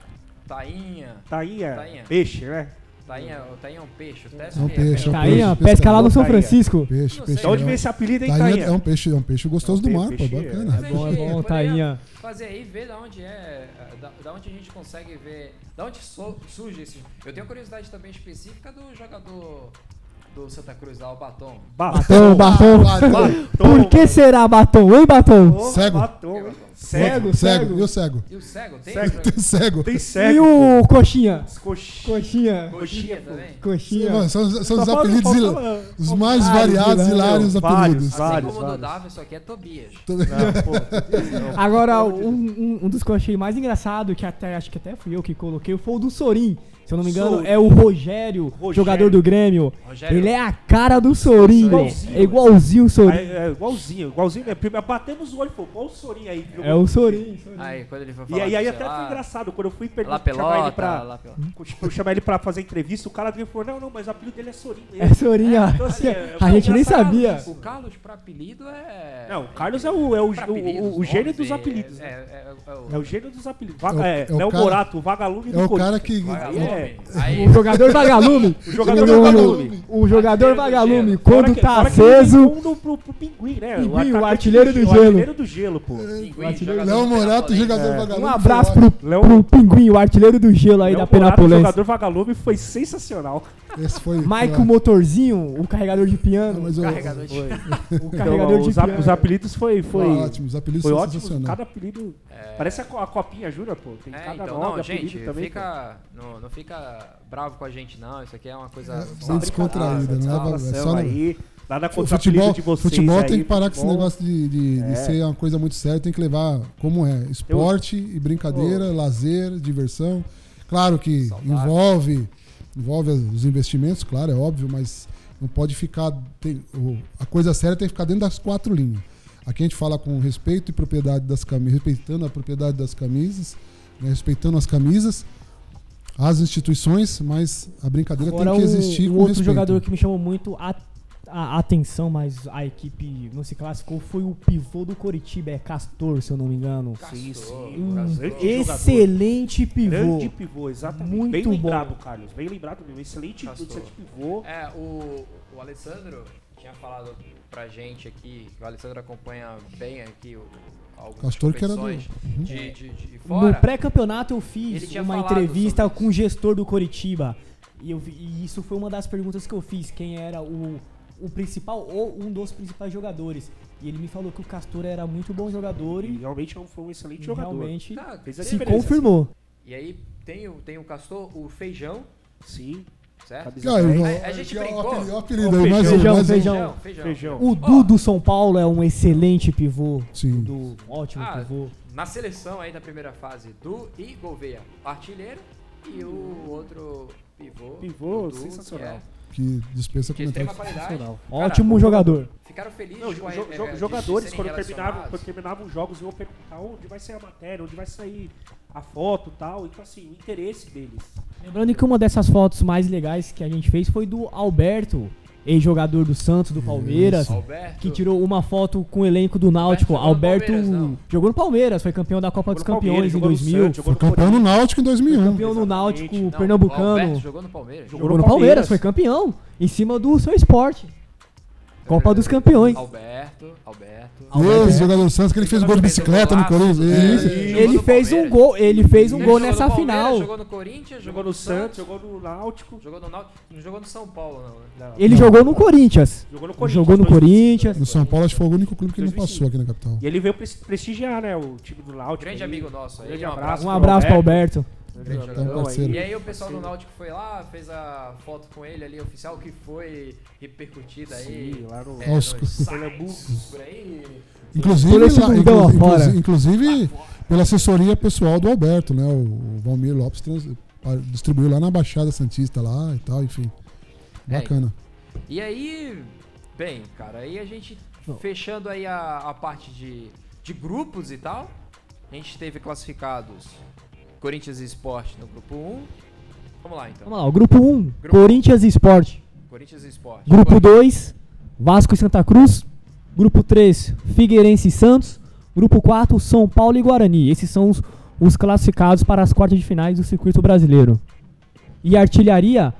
S1: tainha.
S4: Tainha.
S1: Tainha.
S4: Peixe, né?
S1: Tainha, tainha é um peixe. o né?
S3: É um
S1: TSP,
S3: peixe, é um
S2: Tá aí, ó,
S3: peixe,
S2: pesca lá no São
S4: Tá aí, ó.
S2: Francisco.
S3: Peixe,
S1: Não sei.
S3: peixe.
S4: De onde
S3: grão.
S4: vem esse apelido, hein,
S3: Tainha
S4: Tainha?
S3: é um peixe, é um peixe gostoso
S4: É um
S3: do
S4: pe-
S3: mar, pô,
S4: peixe,
S3: bacana.
S2: É bom, é bom,
S1: Poderia
S2: Tainha.
S1: fazer aí, ver da onde é, da, da onde a gente consegue ver, da onde so- surge esse. Eu tenho curiosidade também específica do jogador do Santa Cruz, lá, o Batom.
S3: Então,
S4: Então,
S2: Batom, batom. Por que será batom, hein, batom?
S3: Cego.
S4: Batom.
S2: Cego,
S3: Cego, e
S2: cego.
S3: o cego?
S1: E o cego, tem
S4: Cego.
S1: jogador-
S3: Cego.
S4: Tem
S2: E
S4: cego.
S2: o coxinha?
S4: Coxinha.
S2: Coxinha.
S1: coxinha também?
S2: Coxinha.
S3: Mano, São, são
S4: Só
S3: os
S4: fala-
S3: apelidos
S4: só
S3: hila-
S4: fala-
S3: os mais
S2: vários,
S3: variados,
S2: né?
S3: hilários apelidos.
S4: Vários,
S1: Assim
S4: vários,
S1: como o do
S4: vários.
S1: Davi, só que é Tobias.
S4: Não, pô, Deus não.
S2: Agora, um, um- um dos que eu achei mais engraçado, que até acho que até fui eu que coloquei, foi o do Sorin. Se eu não me engano,
S4: Sorin.
S2: é o Rogério,
S4: Rogério.
S2: jogador do Grêmio.
S1: Rogério.
S2: Ele é a cara do Sorin.
S4: Igualzinho.
S2: É igualzinho o Sorin.
S4: Aí, é igualzinho, igualzinho mesmo. Primeiro, Batemos o olho e falou, qual o Sorinho aí? que
S2: É o Sorin.
S1: Aí, quando ele foi falar.
S4: E aí,
S1: que,
S4: aí
S1: sei
S4: até
S1: lá,
S4: foi engraçado, quando eu fui
S1: Lá
S4: perguntar chamar ele
S1: pelota,
S4: pra.
S1: lá pelota.
S4: Eu chamar ele pra fazer entrevista, o cara veio e falou: Não, não, mas o apelido dele é Sorin. mesmo."
S2: É Sorin, ó.
S4: então, assim, é-
S2: A gente nem
S4: engraçado
S2: sabia.
S4: isso.
S1: O Carlos pra apelido é.
S4: Não, o Carlos é o, é o,
S1: Pra
S4: o- o- o
S1: apelidos,
S4: gênio
S1: nomes,
S4: dos
S1: é-
S4: apelidos.
S1: É,
S4: né?
S1: é- é o-
S4: É o gênio dos apelidos.
S3: É o-
S4: Vaga, é,
S3: é o
S4: Léo
S3: cara-
S4: Morato, o vagalume
S3: É o cara
S4: Corinthians.
S3: que.
S1: Vai,
S4: Aí é.
S1: Aí,
S2: O jogador vagalume.
S4: O jogador
S2: O-
S4: vagalume.
S2: O jogador
S1: Artilheiro do
S2: vagalume,
S1: gelo.
S2: quando
S4: Fora que-
S2: tá
S4: fora que ele
S2: aceso.
S4: vem pro, pro, pro pinguim, né?
S2: Pinguim, o
S4: atacante
S2: artilheiro do
S4: o
S2: gelo.
S4: artilheiro do gelo, pô.
S1: Pinguim,
S2: Artilheiro.
S1: jogador
S3: Léo
S1: do
S3: Morato,
S1: Penapolense.
S3: jogador vagalume.
S2: Um abraço
S3: foi
S2: pro,
S4: Léo-
S2: pro Pinguim, o artilheiro do gelo aí
S4: Léo
S2: da
S4: Morato, O
S2: Penapolense.
S4: É um jogador vagalume foi sensacional.
S3: ótimo. Esse foi.
S2: Michael
S3: foi
S2: Motorzinho, o carregador de piano.
S3: Mas eu-
S1: Carregador de.
S2: O
S4: Então,
S2: carregador de
S4: os, ap-
S2: piano.
S4: os apelidos foi. foi...
S3: ótimo, os apelidos
S4: Foi
S3: são
S4: ótimo,
S3: sensacionais.
S4: cada apelido. Parece a, co- a copinha, jura, pô? Tem
S1: É,
S4: cada
S1: então,
S4: nome,
S1: não,
S4: apelido
S1: gente,
S4: também. pô.
S1: fica, não, não fica bravo com a gente, não. Isso aqui é uma coisa.
S3: É,
S1: só
S3: sem
S1: uma
S3: descontraída,
S1: brincadeira,
S3: né?
S1: só uma-
S3: Vai- vai-
S4: Nossa,
S3: só no-
S4: aí, nada
S3: O
S4: contra o apelido
S3: futebol,
S4: de vocês
S3: futebol
S4: aí,
S3: tem que parar com esse
S4: futebol.
S3: negócio de, de- de
S4: É.
S3: ser uma coisa muito séria, tem que levar como é, esporte e brincadeira, lazer, diversão. Claro que
S1: Saudável.
S3: envolve envolve os investimentos, claro, é óbvio, mas não pode ficar tem- o- a coisa séria tem que ficar dentro das quatro linhas. Aqui a gente fala com respeito e propriedade das camisas, respeitando a propriedade das camisas, né, respeitando as camisas, as instituições, mas a brincadeira
S2: Agora,
S3: tem que existir
S2: um, um
S3: com
S2: outro
S3: respeito.
S2: jogador que me chamou muito a, a atenção, mas a equipe não se classificou foi o pivô do Coritiba, é Castor, se eu não me engano.
S4: Sim, sim.
S2: Um
S4: Grande jogador.
S2: excelente pivô.
S4: Grande pivô, exatamente.
S2: Muito
S4: bem
S2: bom.
S4: lembrado, Carlos. Bem lembrado mesmo. Excelente,
S1: Castor.
S4: excelente pivô.
S1: É, o, o Alessandro tinha falado pra gente aqui, que o Alessandro acompanha bem aqui o, algumas
S3: Castor que era do-
S1: competições
S4: Uhum.
S1: de, de, de
S2: No
S1: fora.
S2: pré-campeonato eu
S1: Ele
S2: fiz
S1: tinha
S2: uma
S1: falado
S2: entrevista
S1: sobre
S2: com o gestor do Coritiba. E, eu vi- e isso foi uma das perguntas que eu fiz, quem era o, o principal ou um dos principais jogadores. E ele me falou que o Castor era muito bom jogador
S4: E
S2: e
S4: realmente é um- foi um excelente jogador.
S2: realmente
S1: Ah,
S4: Fez a
S2: se
S4: diferença.
S2: confirmou.
S1: E aí tem o, tem o Castor, o Feijão,
S4: Sim.
S1: certo?
S4: Camisa
S3: Cara,
S4: 10.
S3: ó,
S1: A- a gente
S3: ó,
S1: brincou.
S3: é apelido- ó, apelido aí,
S4: Feijão,
S3: mais um,
S2: feijão,
S3: mais um.
S2: feijão.
S1: feijão.
S4: Feijão.
S2: O Du do São Paulo é um excelente pivô.
S3: Sim.
S2: Do ótimo
S1: Ah,
S2: pivô.
S1: Na seleção aí da primeira fase, Du e Gouveia, artilheiro, e o outro pivô. o
S4: Pivô,
S1: Du,
S4: sensacional.
S3: Que dispensa
S1: Que é de extrema
S3: comentários.
S1: qualidade. Cara,
S2: Ótimo jogador.
S1: Ficaram felizes
S4: Não,
S1: com
S4: jo-
S1: a-
S4: jo-
S1: é,
S4: jo-
S1: de
S4: jogadores,
S1: serem
S4: quando terminavam,
S1: relacionados.
S4: quando terminavam os jogos, iam perguntar onde vai sair a matéria, onde vai sair a foto e tal. Então, assim, o interesse deles.
S2: Lembrando que uma dessas fotos mais legais que a gente fez foi do Alberto, ex-jogador do Santos, do Palmeiras.
S1: Alberto.
S2: Que tirou uma foto com o elenco do Náutico.
S1: Alberto
S2: Alberto
S1: jogou no Palmeiras, não.
S2: jogou no Palmeiras, foi campeão da Copa dos
S4: Jogou no
S2: Campeões
S4: Palmeiras,
S2: em
S4: jogou no
S2: 2000.
S4: Santos,
S3: Foi
S4: jogou no
S3: campeão no
S4: Corinthians.
S3: Náutico em 2001.
S2: Campeão no Náutico
S4: Exatamente.
S1: Não, O
S2: pernambucano.
S1: Alberto
S2: jogou,
S1: jogou no Palmeiras.
S4: Jogou
S2: no
S4: no
S2: Palmeiras,
S4: Palmeiras.
S2: foi campeão. Em cima do seu esporte. Copa dos Campeões.
S1: Alberto, Alberto.
S3: Esse jogador do Santos, que ele fez gol de bicicleta no Corinthians.
S1: Isso.
S3: Isso.
S1: Ele
S2: Ele
S1: É, jogou no
S2: fez um
S1: Palmeiras.
S2: gol, ele fez um
S1: Ele
S2: gol
S1: jogou no
S2: nessa
S1: Palmeiras,
S2: final.
S1: Jogou no Corinthians,
S4: Jogou no Santos, jogou no Náutico.
S1: Jogou no Náutico, não jogou no São Paulo, não. né?
S4: Não.
S2: Ele jogou no Corinthians.
S4: Jogou no Corinthians.
S2: Jogou no
S4: dois mil e cinco.
S2: Corinthians.
S3: No São Paulo, acho que foi o único clube que ele não
S4: 2005.
S3: passou aqui na capital.
S4: E ele veio pres- prestigiar, né, o time do Náutico.
S1: Grande
S4: aí.
S1: amigo nosso aí,
S4: Grande
S1: um
S4: abraço.
S2: Um abraço pro
S4: pro
S2: Alberto.
S1: Grande
S4: Grande
S1: jogador.
S4: jogador aí.
S3: parceiro.
S1: E aí o pessoal do
S4: Parceiro.
S1: Náutico foi lá, fez a foto com ele ali, oficial, que foi repercutida aí.
S4: Sim, lá no...
S1: é, nos
S3: Oscar.
S1: sites, por aí.
S3: Inclusive,
S2: Por esse
S3: lá-
S2: mundão
S3: inclu-
S2: afora.
S3: inclusi- inclusive pela assessoria pessoal do Alberto, né? O, o Valmir Lopes trans- pa- distribuiu lá na Baixada Santista lá e tal, enfim.
S1: É,
S3: Bacana.
S1: E aí, bem, cara, aí a gente
S2: Bom.
S1: fechando aí a, a parte de, de grupos e tal, a gente teve classificados Corinthians e Sport no grupo 1. Vamos lá então.
S2: Vamos lá, o grupo 1,
S1: Grupo-
S2: Corinthians e Sport.
S1: Corinthians e Sport.
S2: Grupo 2, Vasco e Santa Cruz. Grupo 3, Figueirense e Santos. Grupo 4, São Paulo e Guarani. Esses são os, os classificados para as quartas de finais do circuito brasileiro. E artilharia,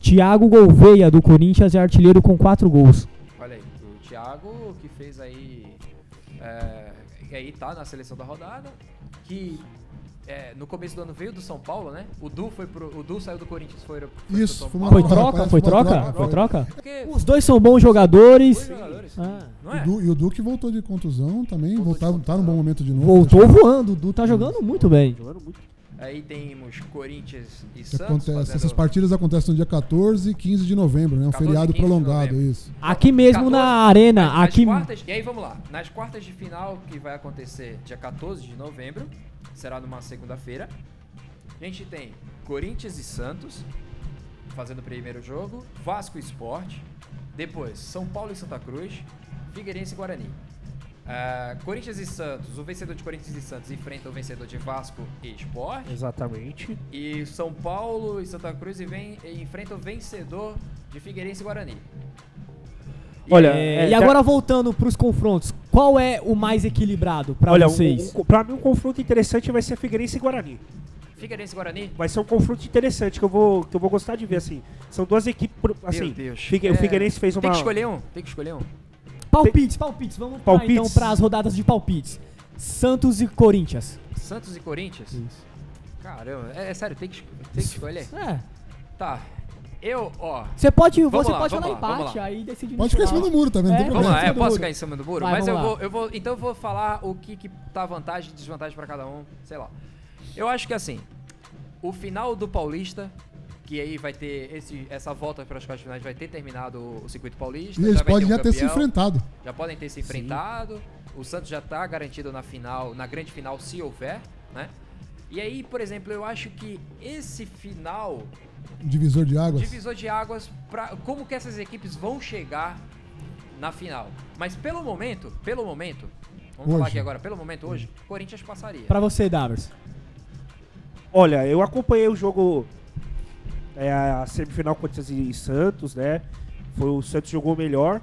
S2: Thiago Gouveia do Corinthians é artilheiro com 4 gols.
S1: Olha aí, o Thiago que fez aí. É, que aí tá na seleção da rodada. Que é, no começo do ano veio do São Paulo, né? O Du, foi pro, o du saiu do Corinthians foi, pro- foi pro
S3: Isso,
S1: São
S3: foi
S1: Paulo.
S3: uma
S2: Foi
S3: boa,
S2: troca?
S3: rapaz,
S2: Foi
S3: uma
S2: troca? Foi troca?
S1: Porque
S2: Os dois são bons jogadores.
S1: dois jogadores.
S2: Ah,
S1: Não é?
S3: E o Du- e o Duque voltou de contusão também,
S1: Voltou de
S3: voltava, tá num bom momento de novo.
S2: Voltou voando, o Du tá jogando muito bem.
S4: Jogando muito.
S1: Aí temos Corinthians e
S3: Que
S1: Santos.
S3: acontece-
S1: fazendo-
S3: essas partidas acontecem no dia 14 e 15 de novembro, né? Um
S1: 14 e
S3: feriado
S1: 15 de
S3: prolongado,
S1: novembro.
S3: isso.
S2: Aqui mesmo
S1: 14,
S2: na
S1: nas-
S2: arena,
S1: nas
S2: aqui
S1: quartas- e aí vamos lá. Nas quartas de final, que vai acontecer dia 14 de novembro, será numa segunda-feira. A gente tem Corinthians e Santos fazendo o primeiro jogo, Vasco e Sport, depois São Paulo e Santa Cruz, Figueirense e Guarani. Ah, Corinthians e Santos, o vencedor de Corinthians e Santos enfrenta o vencedor de Vasco e Sport.
S4: Exatamente.
S1: E São Paulo e Santa Cruz e vem, e enfrenta o vencedor de Figueirense e Guarani.
S4: Olha,
S2: É,
S4: é,
S2: e
S4: tá-
S2: agora voltando pros confrontos, qual é o mais equilibrado pra
S4: Olha, um-
S2: vocês?
S4: um- pra mim um confronto interessante vai ser Figueirense e Guarani.
S1: Figueirense e Guarani,
S4: Vai ser um confronto interessante que eu vou, que eu vou gostar de ver, assim. São duas equipes, por- assim,
S1: Deus.
S4: Figue-
S1: É,
S4: o Figueirense fez uma...
S1: Tem que escolher um, tem que escolher um.
S2: Palpites, palpites, vamos pra,
S4: Palpites?
S2: então para as rodadas de palpites. Santos e Corinthians.
S1: Santos e Corinthians?
S2: Hum.
S1: Caramba, é, é sério, tem que, esco- tem que escolher.
S2: É.
S1: Tá. Eu, ó.
S2: Você pode,
S1: Vamos
S2: você
S1: lá,
S2: pode
S1: vamos
S2: falar
S1: lá, vamos
S2: empate,
S1: lá.
S2: aí decide no
S3: Pode ficar em
S2: final.
S3: cima do muro, tá vendo? Não
S2: É,
S3: tem
S1: Vamos
S3: problema.
S1: lá, é,
S2: Vamos
S1: posso
S2: lá.
S1: ficar em cima do muro,
S2: Vai,
S1: mas eu
S2: vamos lá.
S1: vou, eu vou. Então eu vou falar o que, que tá vantagem e desvantagem pra cada um, sei lá. Eu acho que assim, o final do Paulista, que aí vai ter esse, essa volta para as quartas de finais, vai ter terminado o, o circuito paulista.
S3: E eles
S1: já vai
S3: podem
S1: ter um
S3: já ter se
S1: campeão.
S3: enfrentado.
S1: já podem ter se enfrentado. O Santos já tá garantido na final, na grande final, se houver, né? E aí, por exemplo, eu acho que esse final,
S3: Divisor de águas.
S1: divisor de águas, pra, como que essas equipes vão chegar na final. Mas pelo momento, pelo momento, vamos falar
S3: Hoje.
S1: aqui agora, pelo momento hoje, Corinthians passaria.
S2: Pra você, Davers.
S4: Olha, eu acompanhei o jogo, é, a semifinal Corinthians e Santos, né? Foi o Santos jogou melhor.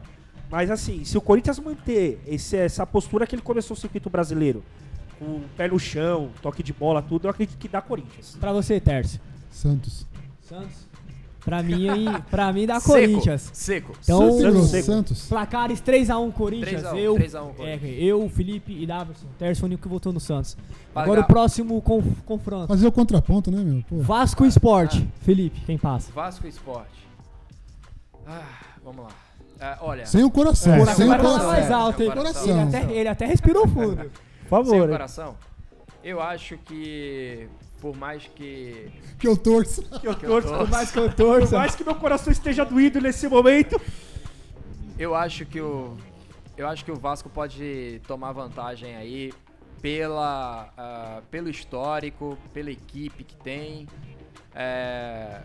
S4: Mas assim, se o Corinthians manter esse- essa postura que ele começou o circuito brasileiro, com o pé no chão, toque de bola, tudo, eu acredito que dá Corinthians.
S2: Pra você, Terce.
S3: Santos.
S2: Santos. Pra mim, hein, pra mim dá
S1: Seco,
S2: Corinthians.
S1: Seco.
S2: Então,
S4: Santos,
S3: Santos. Santos.
S2: placares 3x1 Corinthians.
S1: 3x1,
S2: eu,
S1: 3x1
S2: é,
S1: Corinthians.
S2: eu, Felipe e Daverson. Terce foi o único que votou no Santos.
S1: Pagar-
S2: Agora o próximo conf- confronto.
S3: Fazer o contraponto, né, meu? Pô.
S2: Vasco Esporte. Felipe, quem passa?
S1: Vasco Esporte. Ah, vamos lá. Ah, olha,
S3: Sem o coração.
S2: É. Agora
S3: Sem
S2: vai
S3: o
S2: falar
S3: coração.
S2: mais alto, hein?
S3: Coração.
S2: Ele até, ele até respirou fundo.
S4: Por
S1: sem o
S4: favor. né? hein?
S1: coração, eu acho que por mais que
S3: Que eu torço.
S4: Que eu torço, por mais-
S2: Mais que eu
S4: por
S2: torça.
S4: mais que meu coração esteja doído nesse momento.
S1: eu acho que o eu acho que o Vasco pode tomar vantagem aí pela ah, pelo histórico, pela equipe que tem, é,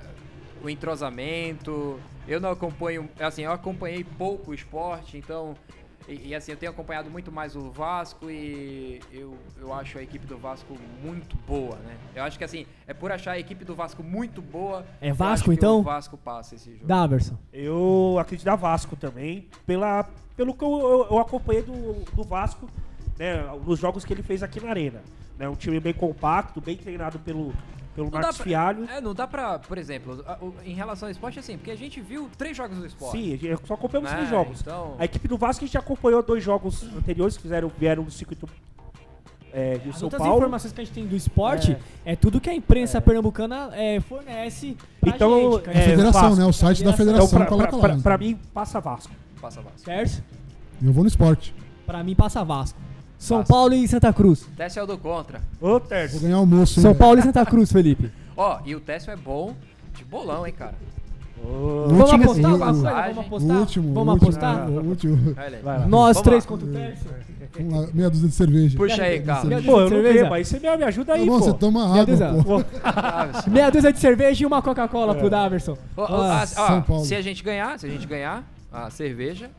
S1: o entrosamento. Eu não acompanho, assim, eu acompanhei pouco o esporte, então e, e, assim eu tenho acompanhado muito mais o Vasco e eu, eu acho a equipe do Vasco muito boa, né? Eu acho que assim é por achar a equipe do Vasco muito boa.
S2: É
S1: eu
S2: Vasco,
S1: acho que
S2: então?
S1: O Vasco passa esse jogo.
S2: Daverson.
S4: Eu acredito da Vasco também, pela, pelo que eu, eu- eu acompanhei do, do Vasco né, nos jogos que ele fez aqui na Arena. Né, um time bem compacto, bem treinado pelo, pelo
S1: Não dá
S4: Marcos
S1: pra-
S4: Fialho.
S1: É, não dá pra, por exemplo, a- o- em relação ao esporte, assim, porque a gente viu três jogos do esporte.
S4: Sim, eu só acompanhamos
S1: né?
S4: três jogos.
S1: Então,
S4: A equipe do Vasco a gente acompanhou dois jogos anteriores que fizeram, vieram do circuito é, do
S2: As Ah,
S4: São
S2: outras
S4: Paulo.
S2: informações que a gente tem do esporte é, tudo que a imprensa pernambucana é, fornece pra
S4: Então,
S2: gente. cara.
S4: é,
S3: Federação,
S4: Vasco.
S3: né? O site da
S2: Federação.
S3: federação
S4: Então, pra,
S3: coloca
S4: pra-
S3: lá.
S4: pra-
S3: né?
S4: pra mim, passa Vasco.
S1: passa Vasco.
S4: É.
S2: Certo?
S3: Eu vou no esporte.
S2: Pra mim, passa Vasco. São
S1: Vasco.
S2: Paulo e Santa Cruz.
S1: Tessel é o do contra.
S4: Ô, Terce,
S3: Vou ganhar almoço. né? hein,
S2: São
S3: velho?
S2: Paulo e Santa Cruz, Felipe.
S1: Ó, e o Tessel é bom de bolão, hein, cara.
S3: O
S2: Vamos
S3: último-
S2: apostar?
S3: o-
S2: alguma coisa?
S1: passagem.
S2: Vamos
S3: O
S2: apostar?
S3: último.
S2: Vamos
S3: o último,
S2: apostar?
S3: O último.
S1: Olha aí.
S4: Vai lá.
S2: Nós
S1: Vamos
S2: três
S1: lá.
S2: contra o Terço.
S3: Uma- meia dúzia de cerveja.
S1: Puxa aí, Carlos.
S4: Pô, eu não
S2: Cerveja.
S4: bebo, aí você me, me ajuda
S3: Tá
S4: aí,
S3: bom,
S4: pô.
S3: você toma
S2: Minha
S3: água,
S2: dúzia.
S3: pô.
S2: Meia dúzia de cerveja e uma Coca-Cola pro Daverson.
S1: Ó, ó,
S2: Ah,
S1: ah,
S3: São
S1: ó,
S3: Paulo.
S1: se a gente ganhar, se a gente ganhar a cerveja,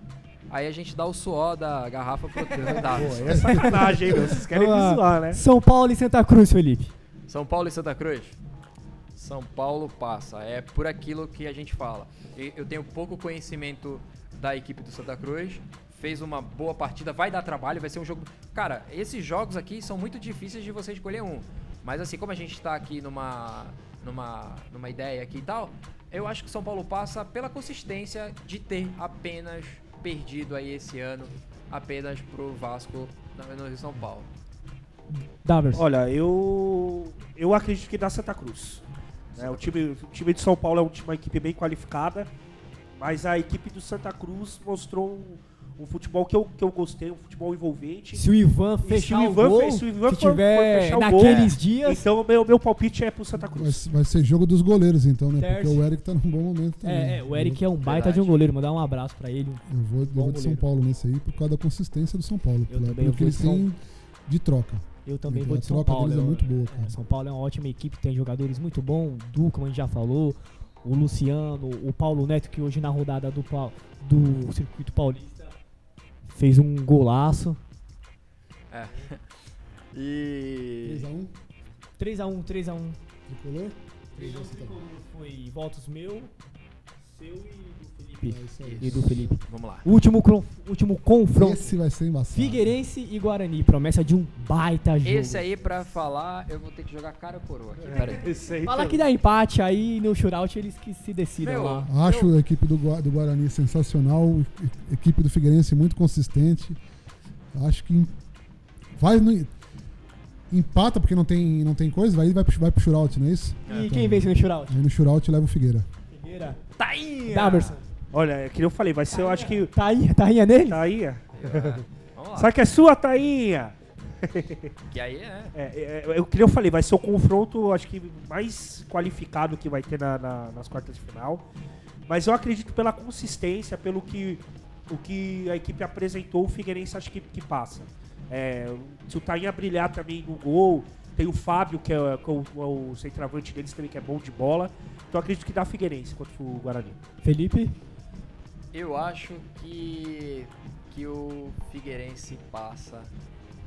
S1: aí a gente dá o suor da garrafa pro Davi.
S4: É sacanagem, hein, meu? Vocês querem me
S2: Vamos lá.
S4: zoar, né?
S2: São Paulo e Santa Cruz, Felipe.
S1: São Paulo e Santa Cruz? São Paulo passa, é por aquilo que a gente fala. E Eu tenho pouco conhecimento da equipe do Santa Cruz, fez uma boa partida, vai dar trabalho, vai ser um jogo. Cara, esses jogos aqui são muito difíceis de você escolher um. Mas assim, como a gente tá aqui numa numa numa ideia aqui e tal, eu acho que São Paulo passa pela consistência de ter apenas perdido aí esse ano apenas pro Vasco na- no Rio São Paulo.
S2: Daverson.
S4: Olha, eu eu acredito que dá Santa Cruz. né? o, time, o time de São Paulo é um time- uma equipe bem qualificada, mas a equipe do Santa Cruz mostrou um, um futebol que eu, que eu gostei, um futebol envolvente.
S2: Se o Ivan
S4: E
S2: fechar
S4: se o Ivan
S2: o gol,
S4: fez- se o Ivan
S2: se
S4: for- for
S2: tiver
S4: fechar o gol,
S2: naqueles dias...
S4: Então, meu, meu palpite é pro Santa
S3: Vai,
S4: Cruz.
S3: vai ser jogo dos goleiros, então, né?
S2: Terce.
S3: Porque o Eric tá num bom momento
S4: Então-
S3: também.
S2: É, é, o Eric é um baita
S1: Verdade.
S2: de um goleiro. Mandar um abraço pra ele.
S3: Eu vou, eu vou de São
S2: goleiro.
S3: Paulo nesse aí por causa da consistência do São Paulo.
S2: Eu
S3: pela-
S2: também
S3: pelo que
S2: vou
S3: eles
S2: de São-
S3: têm de troca.
S2: Eu também
S3: A
S2: vou de São
S3: troca
S2: Paulo.
S3: deles é
S2: eu-
S3: muito boa, cara.
S2: é, São Paulo é uma ótima equipe, tem jogadores muito bons. O Du, como a gente já falou, o Luciano, o Paulo Neto, que hoje na rodada do, pau- do Circuito Paulista fez um golaço.
S1: É. E
S3: 3x1,
S2: 3x1, 3x1.
S3: tricolor.
S2: 3x1 foi votos meu, seu e do Felipe.
S3: É isso aí.
S2: E do Felipe.
S1: vamos lá.
S2: Último, cron- último confronto.
S3: Esse vai ser embaçado.
S2: Figueirense e Guarani, promessa de um baita jogo.
S1: Esse aí, é pra falar, eu vou ter que jogar cara ou coroa
S4: É.
S1: aqui. Pera aí.
S4: Esse aí
S2: Fala
S4: tá-
S2: que dá empate aí no shootout eles que se decidam
S1: Meu,
S2: lá.
S3: Acho a equipe do, Gua- do Guarani sensacional, e- equipe do Figueirense muito consistente. Acho que vai no- empata porque não tem não tem coisa, vai vai pro, vai pro shootout, não é é? isso?
S2: E quem vence no shootout?
S3: Aí no shootout leva o Figueira.
S2: Figueira.
S1: Tainha!
S2: Daverson. Tá
S4: Olha, é que eu falei, vai ser, eu acho que.
S2: Tainha, tainha é nele?
S4: Tainha.
S1: Vamos lá.
S4: Sabe que é sua, Tainha?
S1: Que aí é.
S4: É, é, é, eu queria eu falei, vai ser o confronto, acho que mais qualificado que vai ter na- na- nas quartas de final. Mas eu acredito pela consistência, pelo que o que a equipe apresentou, o Figueirense acho que, que passa. É, se o Tainha brilhar também no gol, tem o Fábio, que é, que é o, o centroavante deles também, que é bom de bola. Então eu acredito que dá Figueirense contra o Guarani.
S3: Tá.
S2: Felipe.
S1: Eu acho que. que o Figueirense passa.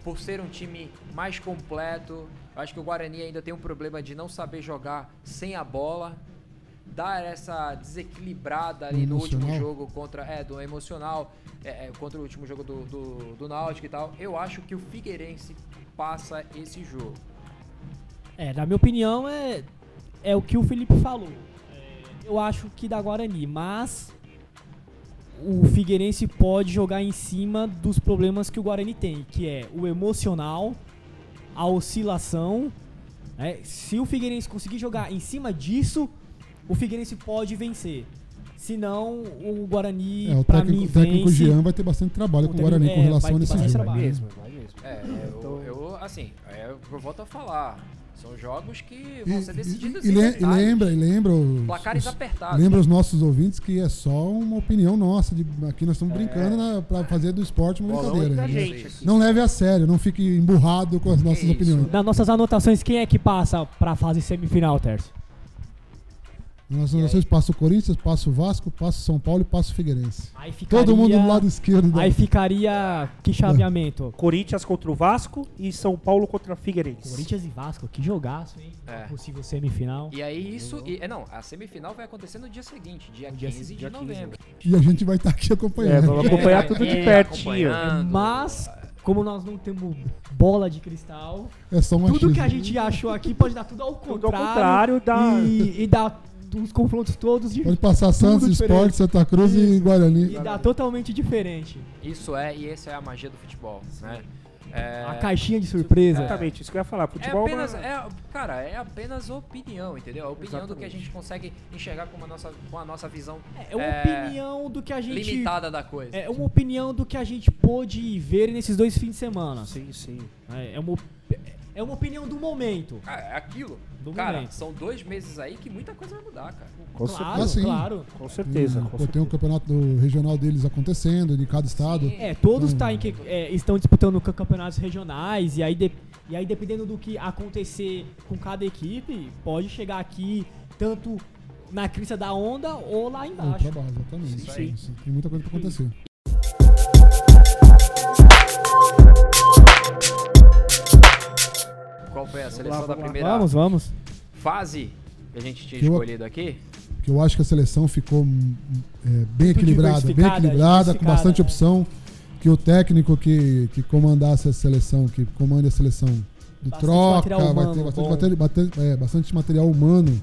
S1: Por ser um time mais completo, eu acho que o Guarani ainda tem um problema de não saber jogar sem a bola. dar essa desequilibrada ali
S3: Do
S1: no último
S3: emocional?
S1: jogo contra é do emocional é, é, contra o último jogo do, do, do Náutico e tal. Eu acho que o Figueirense passa esse jogo.
S2: É, na minha opinião, é, é o que o Felipe falou. É, eu acho que da Guarani, mas o Figueirense pode jogar em cima dos problemas que o Guarani tem, que é o emocional, a oscilação. né? Se o Figueirense conseguir jogar em cima disso, o Figueirense pode vencer. Se não, o Guarani,
S3: É, o
S2: pra
S3: técnico,
S2: mim,
S3: o técnico
S2: vence.
S3: Jean vai ter bastante trabalho
S2: O
S3: com o
S2: técnico-
S3: Guarani
S2: é,
S3: com relação
S2: vai
S3: a
S2: ter
S3: esse
S2: bastante
S3: jogo.
S4: Vai
S2: trabalho.
S3: né?
S4: mesmo, vai mesmo.
S1: É,
S2: Né?
S4: Então-
S1: eu, eu, assim, é, eu volto a falar. São jogos que
S3: E,
S1: vão ser decididos
S3: e- e
S1: em
S3: le- e
S1: detalhes,
S3: lembra, e lembra os,
S1: placares
S3: os-
S1: apertados.
S3: lembra os nossos ouvintes que é só uma opinião nossa. De, aqui nós
S2: É.
S3: estamos brincando na, pra fazer do esporte uma
S4: Bolão
S3: brincadeira.
S4: entre a
S3: né?
S4: gente aqui.
S3: Não leve a sério, não fique emburrado com as nossas
S1: isso.
S3: opiniões.
S2: Nas nossas anotações, quem é que passa pra fase semifinal, Terce?
S3: Nas nossas nações passa o Corinthians, passa o Vasco, passa o São Paulo e passa o Figueirense.
S2: Aí ficaria...
S3: Todo mundo do lado esquerdo. da-
S2: Aí ficaria que chaveamento?
S4: Corinthians contra o Vasco e São Paulo contra o Figueirense.
S2: Corinthians e Vasco, que jogaço, hein?
S1: É.
S2: Possível semifinal.
S1: E aí isso. E, é, não, a semifinal vai acontecer no dia seguinte, dia
S2: No dia
S1: 15
S2: dia
S1: de novembro.
S3: E a gente vai estar aqui
S4: É,
S3: acompanhando.
S4: vamos acompanhar tudo de
S1: É,
S4: pertinho.
S1: acompanhando.
S2: Mas, como nós não temos bola de cristal,
S3: É, só um
S2: tudo que a
S3: achismo.
S2: gente achou aqui pode dar tudo ao contrário.
S4: Tudo ao contrário da-
S2: E, e dar os confrontos todos de,
S3: Pode passar Santos,
S2: diferente.
S3: Esporte, Santa Cruz e
S2: Isso.
S3: Guarani.
S2: e dar totalmente diferente.
S1: Isso é, e essa é a magia do futebol, né? É,
S2: A caixinha de surpresa.
S4: Exatamente, isso que eu ia falar.
S1: é
S4: Futebol é
S1: apenas,
S4: uma-
S2: né?
S1: é, cara, é apenas opinião, entendeu? A opinião do que a
S4: Exatamente.
S1: gente consegue enxergar com a nossa, com a nossa visão
S2: É, uma
S1: É.
S2: opinião do que a gente.
S1: limitada da coisa.
S2: É uma opinião do que a gente pôde ver nesses dois fins de semana.
S4: Sim, sim.
S2: É é uma, op- é uma opinião do momento.
S1: Cara, é aquilo.
S2: Do
S1: cara,
S2: momento.
S1: são dois meses aí que muita coisa vai mudar, cara.
S4: Com, cer-
S2: Claro,
S3: Ah, sim.
S2: claro.
S4: com certeza. com
S3: Hum, Pô, tem o
S4: certeza.
S3: campeonato do- regional deles acontecendo, de cada estado.
S1: Sim.
S2: É, todos tá em que- é, estão disputando ca- campeonatos regionais e aí, de- e aí dependendo do que acontecer com cada equipe, pode chegar aqui tanto na crista da onda ou lá
S3: Ou
S2: embaixo.
S3: pra base, exatamente.
S1: Isso aí.
S3: Isso, Tem muita coisa pra acontecer.
S1: Qual foi a
S4: lá,
S1: seleção da
S4: vamos lá.
S1: primeira
S2: Vamos, vamos.
S1: fase que a gente tinha
S3: Que eu-
S1: escolhido aqui?
S3: Porque eu acho que a seleção ficou hum, é, bem
S2: Muito
S3: equilibrada, bem
S2: diversificada,
S3: equilibrada, com bastante
S2: diversificada, é.
S3: opção. Que o técnico que, que comandasse a seleção, que comande a seleção do
S2: Bastante
S3: troca,
S2: material
S3: vai
S2: humano,
S3: ter bastante,
S2: bom.
S3: materi- bate- é, bastante material humano.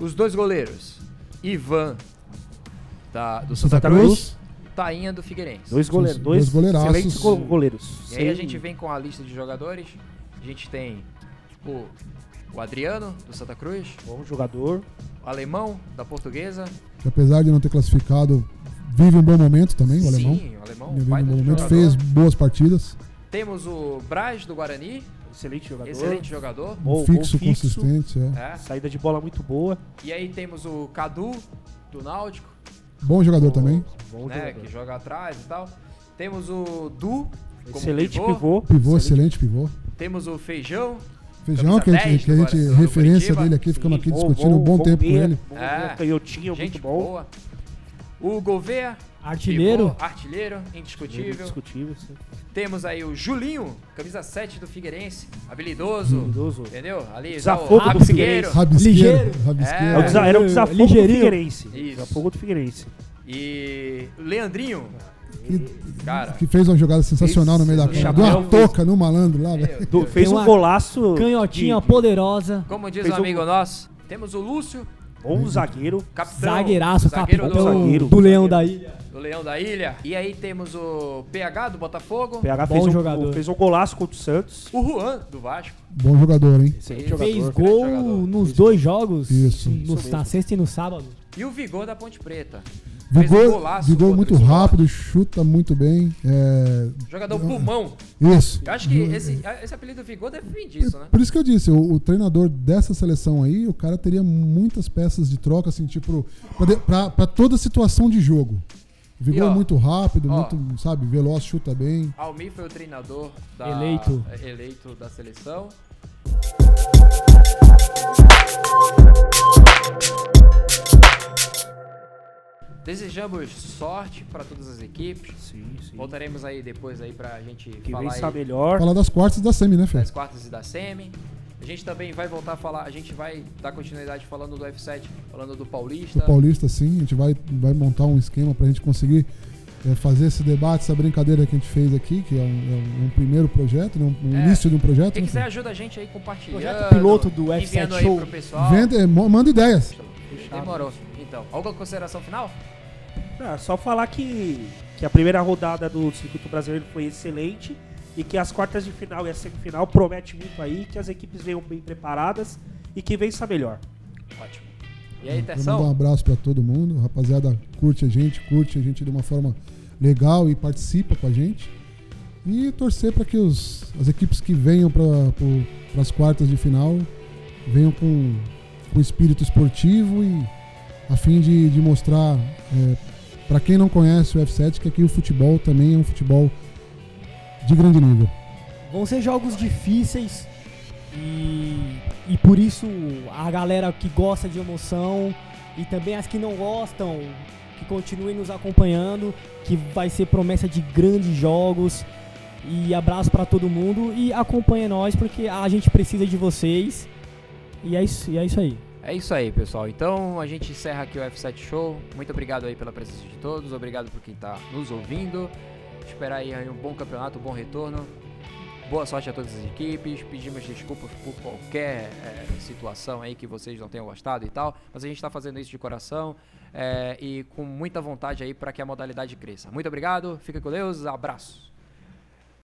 S1: Os dois goleiros, Ivan da, do
S3: Santa
S1: Santa Cruz,
S3: Cruz.
S1: Tainha do Figueirense.
S4: Dois goleiros.
S3: São
S4: Dois,
S3: dois goleiraços.
S4: excelentes go- goleiros.
S1: E aí a
S4: Sem-
S1: gente vem com a lista de jogadores. A gente tem o, o Adriano do Santa Cruz,
S4: Bom jogador.
S1: o Alemão da Portuguesa.
S3: Que apesar de não ter classificado, vive um bom momento também, o alemão.
S1: Sim, o Alemão.
S3: Vive um
S1: pai
S3: bom
S1: do
S3: momento,
S1: jogador.
S3: fez boas partidas.
S1: Temos o Braz do Guarani,
S4: Excelente jogador.
S1: excelente jogador.
S4: Bom,
S3: fixo,
S4: bom fixo.
S3: consistente. é.
S1: É.
S4: Saída de bola muito boa.
S1: E aí temos o Cadu do Náutico,
S3: Bom jogador também.
S4: Bom
S1: né,
S4: jogador.
S1: que joga atrás e tal. Temos o Du, como
S4: Excelente pivô.
S3: Pivô, excelente pivô.
S1: Temos o Feijão,
S3: Feijão,
S1: Camisa
S3: que a
S1: 10
S3: gente, que a
S1: do
S3: gente
S1: Guarani- do
S3: referência
S1: Curitiba.
S3: dele aqui, ficamos
S4: Sim,
S3: aqui discutindo um bom, tempo com
S4: meia,
S3: ele.
S4: Bom
S1: É.
S4: meia, canhotinho,
S1: gente
S4: muito bom.
S1: boa. O Gouveia,
S2: Artilheiro.
S1: pivô, artilheiro, indiscutível.
S4: Indiscutível, sim.
S1: Temos aí o Julinho, camisa 7 do Figueirense, habilidoso,
S4: Habilidoso.
S1: entendeu? Ali,
S4: Desaforo
S1: tá o
S4: do
S1: rabisqueiro.
S3: Rabisqueiro.
S2: Ligeiro.
S4: É o
S3: Rabisqueiro.
S4: desa- Era o desafogo do
S2: Ligeirinho.
S4: Figueirense.
S1: Isso.
S4: Desafogo do Figueirense.
S1: E o Leandrinho,
S3: Que,
S1: cara,
S3: que fez uma jogada sensacional no meio da
S1: Esse
S3: quadra. Deu
S1: chapéu
S3: uma toca no malandro lá, velho.
S1: meu
S4: Do-
S1: Deus.
S4: fez
S2: Tem
S4: um
S2: uma
S4: golaço.
S2: Canhotinha
S4: de-
S2: poderosa.
S1: como diz um
S4: fez um-
S1: amigo nosso, temos o Lúcio,
S4: Bom zagueiro.
S1: capitão,
S2: Zagueiraço,
S1: zagueiro
S2: capitão
S1: do,
S4: Zagueiro.
S2: do Leão da Ilha.
S1: do Leão da Ilha. E aí temos o PH do Botafogo,
S4: O PH
S2: Bom
S4: fez um,
S2: jogador.
S4: fez um golaço contra o Santos.
S1: o Juan do Vasco.
S3: Bom jogador, hein?
S4: Excelente
S1: Fez
S2: Fez
S4: jogador.
S2: gol
S1: grande jogador.
S2: nos dois jogos.
S3: Isso.
S2: nos- na sexta e no sábado.
S1: E o Vigor da Ponte Preta. Fez um
S3: Vigor,
S1: golaço
S3: vigor
S1: contra
S3: muito
S1: o São Paulo.
S3: rápido, chuta muito bem. É,
S1: Jogador pulmão.
S3: isso.
S1: Eu acho que esse, esse apelido Vigor deve vir disso, né?
S3: Por isso que eu disse, o, o treinador dessa seleção aí, o cara teria muitas peças de troca, assim, tipo, pra, de- pra- pra toda situação de jogo. O Vigor
S1: E, ó,
S3: é muito rápido,
S1: ó.
S3: muito, sabe, veloz, chuta bem.
S1: Almir foi o treinador da,
S2: Eleito.
S1: eleito da seleção. Desejamos sorte para todas as equipes.
S4: Sim, sim.
S1: Voltaremos aí depois aí pra gente
S4: Quem
S1: falar
S4: vem
S1: aí
S4: sabe melhor.
S2: É.
S3: Falar das quartas e da semi, né, Fê?
S1: das quartas e da semi. A gente também vai voltar a falar, a gente vai dar continuidade falando do F7, falando do Paulista.
S3: do Paulista, sim. A gente vai, vai montar um esquema para a gente conseguir eh, fazer esse debate, essa brincadeira que a gente fez aqui, que é um, é um- um primeiro projeto, né, um, um
S1: É.
S3: início de um projeto.
S1: Quem
S3: né?
S1: quiser ajuda a gente aí compartilhando.
S2: Projeto piloto do F7
S1: enviando aí
S2: Show.
S1: pro pessoal.
S3: Vende- eh, mo- manda ideias.
S1: Demorou. Então, alguma consideração final?
S4: Ah, só falar que, que a primeira rodada do Circuito Brasileiro foi excelente e que as quartas de final e a semifinal promete muito aí, que as equipes venham bem preparadas e que vença melhor.
S1: Ótimo. E aí,
S3: Vou mandar um
S1: Terção?
S3: abraço para todo mundo. Rapaziada, curte a gente, curte a gente de uma forma legal e participa com a gente. E torcer para que os, as equipes que venham para as quartas de final venham com, com espírito esportivo e a fim de, de mostrar para quem não conhece o F7 que aqui o futebol também é um futebol de grande nível.
S2: Vão ser jogos difíceis e, e por isso a galera que gosta de emoção e também as que não gostam, que continuem nos acompanhando, que vai ser promessa de grandes jogos. E abraço pra todo mundo e acompanha nós porque a gente precisa de vocês. E é isso, e é isso aí.
S1: É isso aí, pessoal. Então a gente encerra aqui o F7 Show. Muito obrigado aí pela presença de todos. Obrigado por quem tá nos ouvindo. Esperar aí aí um bom campeonato, um bom retorno. Boa sorte a todas as equipes. Pedimos desculpas por qualquer eh, situação aí que vocês não tenham gostado e tal. Mas a gente está fazendo isso de coração eh, e com muita vontade aí para que a modalidade cresça. Muito obrigado. Fica com Deus. Abraço.